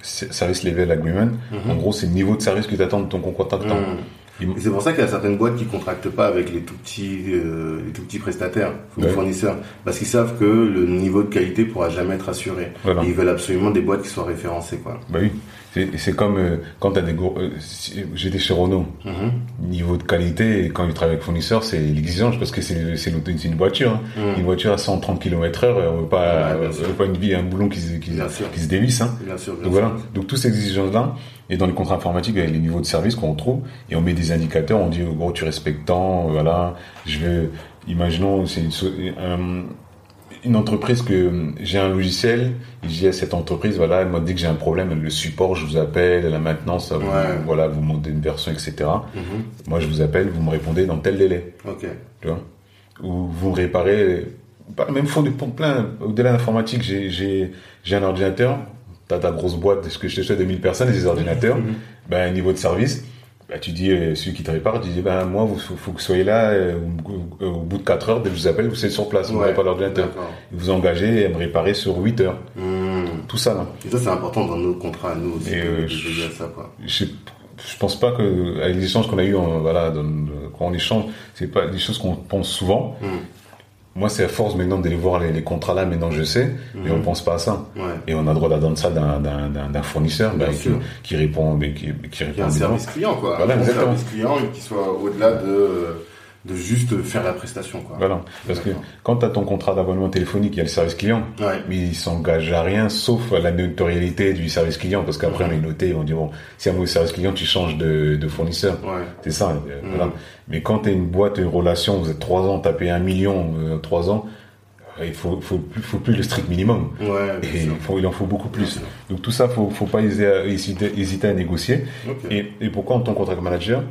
[SPEAKER 2] c'est- Service Level Agreement.
[SPEAKER 1] Mhm.
[SPEAKER 2] En gros, c'est le niveau de service que tu attends de ton contractant.
[SPEAKER 1] Mm.
[SPEAKER 2] Il-
[SPEAKER 1] Et c'est pour ça qu'il y a certaines boîtes qui contractent pas avec les tout petits, euh, les tout petits prestataires ou
[SPEAKER 2] Ouais.
[SPEAKER 1] fournisseurs, parce qu'ils savent que le niveau de qualité pourra jamais être assuré.
[SPEAKER 2] Voilà.
[SPEAKER 1] Et ils veulent absolument des boîtes qui soient référencées, quoi.
[SPEAKER 2] Bah oui, c'est c'est comme euh, quand tu as des gros. euh, si- J'étais chez Renault,
[SPEAKER 1] Mhm.
[SPEAKER 2] niveau de qualité, et quand il travaille avec fournisseur, c'est l'exigence parce que c'est c'est l'auto- c'est une voiture. hein.
[SPEAKER 1] Mhm.
[SPEAKER 2] Une voiture à 130 km/h, on veut pas,
[SPEAKER 1] Ouais, bien
[SPEAKER 2] on
[SPEAKER 1] sûr.
[SPEAKER 2] veut pas une vie, un boulon qui, se- qui,
[SPEAKER 1] Bien sûr.
[SPEAKER 2] qui se dévisse. hein.
[SPEAKER 1] Bien sûr. bien
[SPEAKER 2] Donc
[SPEAKER 1] sûr.
[SPEAKER 2] voilà, donc toutes ces exigences-là, et dans les contrats informatiques, il y a les niveaux de service qu'on retrouve, et on met des indicateurs, on dit, oh, gros, tu respectes tant, voilà, je veux, imaginons, c'est une, so- un- une entreprise que j'ai un logiciel, je dis à cette entreprise, voilà, elle m'a dit que j'ai un problème, le support, je vous appelle, la maintenance, vous-
[SPEAKER 1] Ouais.
[SPEAKER 2] voilà, vous montez une version, etc.
[SPEAKER 1] Mhm.
[SPEAKER 2] Moi, je vous appelle, vous me répondez dans tel délai,
[SPEAKER 1] Ok.
[SPEAKER 2] tu vois. Ou vous me réparez, bah, même fond du pour plein, au-delà de l'informatique, j'ai, j'ai, j'ai un ordinateur, t'as ta grosse boîte, ce que je te souhaite, 2000 personnes, et des ordinateurs,
[SPEAKER 1] Mhm.
[SPEAKER 2] ben, niveau de service, ben, tu dis, euh, celui qui te répare, tu dis, ben, moi, vous, faut, faut que vous soyez là, euh, au, au bout de 4 heures, dès que je vous appelle, vous êtes sur place, vous
[SPEAKER 1] Ouais,
[SPEAKER 2] n'avez pas l'ordinateur.
[SPEAKER 1] d'accord.
[SPEAKER 2] Vous engagez à me réparer sur 8 heures.
[SPEAKER 1] Mhm.
[SPEAKER 2] Tout ça, là.
[SPEAKER 1] Et ça, c'est important dans nos contrats à nous aussi.
[SPEAKER 2] Et,
[SPEAKER 1] de-
[SPEAKER 2] euh,
[SPEAKER 1] de
[SPEAKER 2] je-
[SPEAKER 1] veiller à ça, quoi.
[SPEAKER 2] Je, je pense pas que, avec les échanges qu'on a eu, voilà, dans- quand on échange, c'est pas des choses qu'on pense souvent.
[SPEAKER 1] Mhm.
[SPEAKER 2] Moi, c'est à force maintenant d'aller voir les, les contrats là, maintenant je sais, mais
[SPEAKER 1] Hmm.
[SPEAKER 2] on pense pas à ça.
[SPEAKER 1] Mhm. Ouais.
[SPEAKER 2] Et on a droit d'attendre ça d'un- d'un d'un- d'un fournisseur
[SPEAKER 1] Bien
[SPEAKER 2] bah, qui,
[SPEAKER 1] sûr.
[SPEAKER 2] qui répond, mais qui, qui
[SPEAKER 1] Il y a
[SPEAKER 2] répond
[SPEAKER 1] un
[SPEAKER 2] des
[SPEAKER 1] service client, quoi.
[SPEAKER 2] Voilà,
[SPEAKER 1] un bon
[SPEAKER 2] exactement.
[SPEAKER 1] service client et qui soit au-delà de, de juste faire la prestation, quoi.
[SPEAKER 2] Voilà, parce que
[SPEAKER 1] D'accord.
[SPEAKER 2] quand tu as ton contrat d'abonnement téléphonique, il y a le service client,
[SPEAKER 1] Ouais.
[SPEAKER 2] mais il s'engage à rien sauf à la notoriété du service client, parce qu'après
[SPEAKER 1] Mhm.
[SPEAKER 2] on est noté, on dit bon, si un mauvais service client, tu changes de, de fournisseur.
[SPEAKER 1] Ouais.
[SPEAKER 2] C'est ça, euh,
[SPEAKER 1] Mhm.
[SPEAKER 2] voilà. Mais quand tu une boîte, une relation, vous êtes trois ans, t'as payé un million, euh, trois ans, euh, il faut, faut, plus- faut plus le strict minimum.
[SPEAKER 1] Ouais, bien
[SPEAKER 2] Et il
[SPEAKER 1] sûr.
[SPEAKER 2] en faut, il en faut beaucoup plus.
[SPEAKER 1] sûr.
[SPEAKER 2] Donc tout ça, faut, faut pas hésiter à, hésiter, hésiter à négocier.
[SPEAKER 1] Ok.
[SPEAKER 2] Et, et pourquoi en tant que contract manager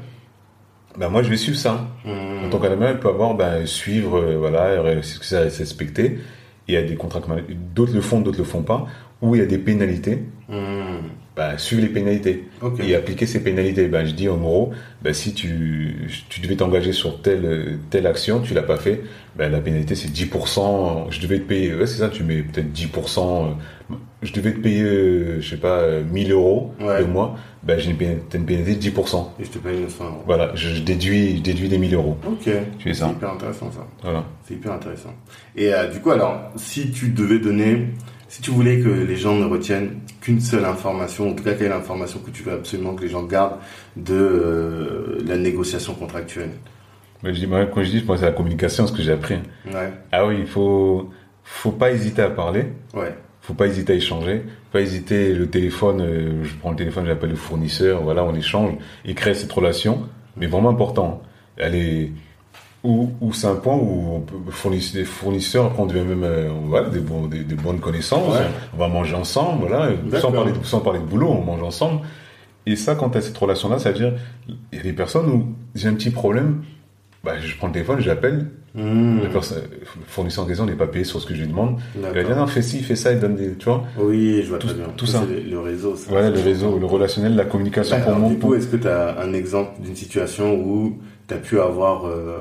[SPEAKER 2] ben moi je vais suivre ça.
[SPEAKER 1] Mhm.
[SPEAKER 2] En tant qu'admin, il peut avoir ben, suivre, euh, voilà, c'est ce que ça c'est respecté. Il y a des contrats que- d'autres le font, d'autres le font pas. Ou il y a des pénalités.
[SPEAKER 1] Mhm.
[SPEAKER 2] Ben, suivre les pénalités
[SPEAKER 1] Ok.
[SPEAKER 2] et appliquer ces pénalités. Ben, je dis en gros, ben, si tu, tu devais t'engager sur telle, euh, telle action, tu l'as pas fait, ben, la pénalité c'est 10%, je devais te payer, ouais, c'est ça, tu mets peut-être 10%, euh, je devais te payer, euh, je sais pas, euh, 1000 euros
[SPEAKER 1] Ouais.
[SPEAKER 2] le mois, ben, j'ai une pénalité, une pénalité de 10%.
[SPEAKER 1] Et je te paye 900 euros.
[SPEAKER 2] Voilà, je, je déduis, je déduis des 1000 euros.
[SPEAKER 1] Ok.
[SPEAKER 2] Tu
[SPEAKER 1] C'est
[SPEAKER 2] fais ça.
[SPEAKER 1] hyper intéressant, ça.
[SPEAKER 2] Voilà.
[SPEAKER 1] C'est hyper intéressant. Et euh, du coup, alors, si tu devais donner, si tu voulais que les gens ne retiennent qu'une seule information, en tout cas, quelle est l'information que tu veux absolument que les gens gardent de euh, la négociation contractuelle
[SPEAKER 2] Ben, je dis, moi, quand je dis, moi, c'est la communication, ce que j'ai appris.
[SPEAKER 1] Ouais,
[SPEAKER 2] Ah oui, il faut, faut pas hésiter à parler.
[SPEAKER 1] ouais,
[SPEAKER 2] faut pas hésiter à échanger, faut pas hésiter le téléphone, euh, je prends le téléphone, j'appelle le fournisseur, voilà, on échange et créer cette relation, mais vraiment important. Elle est ou, ou c'est un point où on peut- fournisse- les fournisseurs après on devient même euh, voilà, des, bons- des, des bonnes connaissances, hein.
[SPEAKER 1] Ouais.
[SPEAKER 2] on va manger ensemble, voilà, sans
[SPEAKER 1] D'accord.
[SPEAKER 2] parler, de, sans parler de boulot, on mange ensemble. Et ça, quand tu as cette relation-là, ça veut dire, il y a des personnes où j'ai un petit problème, bah, je prends le téléphone, j'appelle,
[SPEAKER 1] Mmh.
[SPEAKER 2] la personne, le fournisseur en question n'est pas payé sur ce que je lui demande, il va dire
[SPEAKER 1] d'accord.
[SPEAKER 2] non, fais ci, fais ça, il donne des, tu vois,
[SPEAKER 1] Oui, je vois
[SPEAKER 2] Tout-
[SPEAKER 1] très bien.
[SPEAKER 2] tout ça.
[SPEAKER 1] c'est Le, le réseau. ça.
[SPEAKER 2] voilà, le réseau, le relationnel, la communication
[SPEAKER 1] Alors,
[SPEAKER 2] pour moi.
[SPEAKER 1] du
[SPEAKER 2] pour-
[SPEAKER 1] coup, est-ce que tu as un exemple d'une situation où tu as pu avoir euh,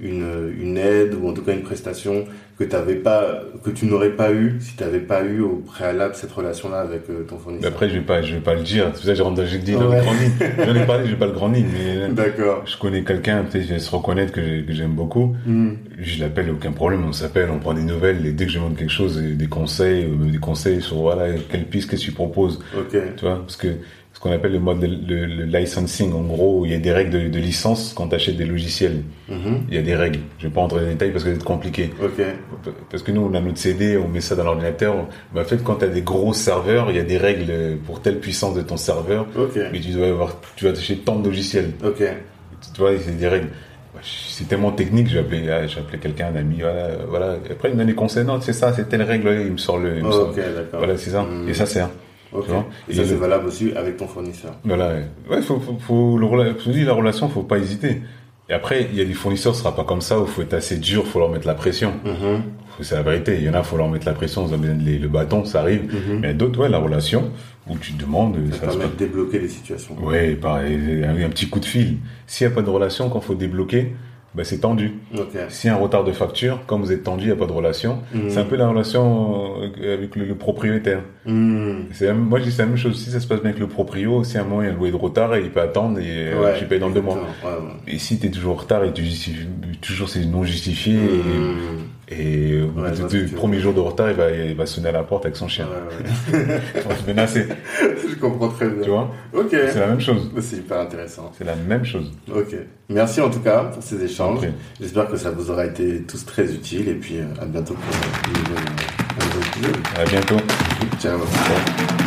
[SPEAKER 1] une, une aide ou en tout cas une prestation que, t'avais pas, que tu n'aurais pas eu si tu n'avais pas eu au préalable cette relation-là avec euh, ton
[SPEAKER 2] Mais
[SPEAKER 1] fournisseur
[SPEAKER 2] Après, je vais pas, je vais pas le dire. C'est pour ça que je rentre dans, je le dis dans
[SPEAKER 1] Ouais.
[SPEAKER 2] les grandes lignes. J'en ai parlé, j'ai pas le grand ligne, mais
[SPEAKER 1] D'accord.
[SPEAKER 2] je connais quelqu'un, tu sais, je vais se reconnaître que j'ai- que j'aime beaucoup.
[SPEAKER 1] Hmm.
[SPEAKER 2] Je l'appelle, aucun problème, on s'appelle, on prend des nouvelles, et dès que je demande quelque chose, et des conseils, euh, des conseils sur, voilà, quelle piste, qu'est-ce que tu proposes,
[SPEAKER 1] Ok.
[SPEAKER 2] tu vois, parce que, ce qu'on appelle le mode, de- le, le licensing, en gros, il y a des règles de, de licence quand tu achètes des logiciels.
[SPEAKER 1] Mhm.
[SPEAKER 2] Il y a des règles. Je vais pas entrer dans les détails parce que c'est compliqué.
[SPEAKER 1] Ok.
[SPEAKER 2] Parce que nous, on a notre CD, on met ça dans l'ordinateur. Mais en fait, quand tu as des gros serveurs, il y a des règles pour telle puissance de ton serveur.
[SPEAKER 1] Ok.
[SPEAKER 2] Mais tu dois avoir, tu dois toucher tant de logiciels.
[SPEAKER 1] Ok.
[SPEAKER 2] Tu vois, c'est des règles. C'est tellement technique, j'ai appelé, ah, j'ai appelé quelqu'un, un ami, voilà, voilà. Et Après, il me donne des conseils. Non, c'est ça, c'est telle règle, il me sort le, il me sort-
[SPEAKER 1] Ah, ok, d'accord.
[SPEAKER 2] Voilà, c'est ça.
[SPEAKER 1] Hmm.
[SPEAKER 2] Et ça sert.
[SPEAKER 1] Ok.
[SPEAKER 2] tu vois.
[SPEAKER 1] Et ça,
[SPEAKER 2] Et
[SPEAKER 1] c'est
[SPEAKER 2] le-
[SPEAKER 1] valable aussi avec ton fournisseur.
[SPEAKER 2] Voilà. Ouais, faut, faut, faut le rela- je te dis, la relation, faut pas hésiter. Et après, il y a des fournisseurs, ce sera pas comme ça, où faut être assez dur, faut leur mettre la pression.
[SPEAKER 1] Mhm.
[SPEAKER 2] C'est la vérité. Il y en a, faut leur mettre la pression, ils ont besoin de les- le bâton, ça arrive.
[SPEAKER 1] Mhm.
[SPEAKER 2] Mais d'autres, ouais, la relation, où tu demandes,
[SPEAKER 1] Ça,
[SPEAKER 2] ça se
[SPEAKER 1] permet
[SPEAKER 2] passe.
[SPEAKER 1] de débloquer les situations.
[SPEAKER 2] Ouais, pareil, un, un petit coup de fil. S'il n'y a pas de relation, quand faut débloquer, bah, c'est tendu.
[SPEAKER 1] Ok.
[SPEAKER 2] S'il y a un retard de facture, quand vous êtes tendu, il n'y a pas de relation.
[SPEAKER 1] Mhm.
[SPEAKER 2] C'est un peu la relation euh, avec le, le propriétaire.
[SPEAKER 1] Hmm.
[SPEAKER 2] C'est la même- moi, je dis c'est la même chose. Si ça se passe bien avec le proprio, si à un moment il y a un loyer de retard, et il peut attendre et euh,
[SPEAKER 1] Ouais,
[SPEAKER 2] tu payes dans deux mois.
[SPEAKER 1] exactement. Ouais, ouais.
[SPEAKER 2] Et si tu es toujours en retard et tu justifies, toujours c'est non justifié, et
[SPEAKER 1] Hmm.
[SPEAKER 2] et au bout
[SPEAKER 1] Ouais, je
[SPEAKER 2] de-
[SPEAKER 1] vois ce
[SPEAKER 2] du
[SPEAKER 1] que tu veux
[SPEAKER 2] premier jour de retard, il va, il va sonner à la porte avec son
[SPEAKER 1] Ouais,
[SPEAKER 2] chien.
[SPEAKER 1] ouais.
[SPEAKER 2] Il va se menacer,
[SPEAKER 1] Je comprends très bien.
[SPEAKER 2] tu vois.
[SPEAKER 1] Ok.
[SPEAKER 2] C'est la même chose.
[SPEAKER 1] C'est hyper intéressant.
[SPEAKER 2] C'est la même chose.
[SPEAKER 1] Ok. Merci en tout cas pour ces échanges.
[SPEAKER 2] Après.
[SPEAKER 1] J'espère que ça vous aura été tous très utile et puis euh, à bientôt pour un nouvel- un nouvel épisode.
[SPEAKER 2] À bientôt.
[SPEAKER 1] Ciao.
[SPEAKER 2] Ciao.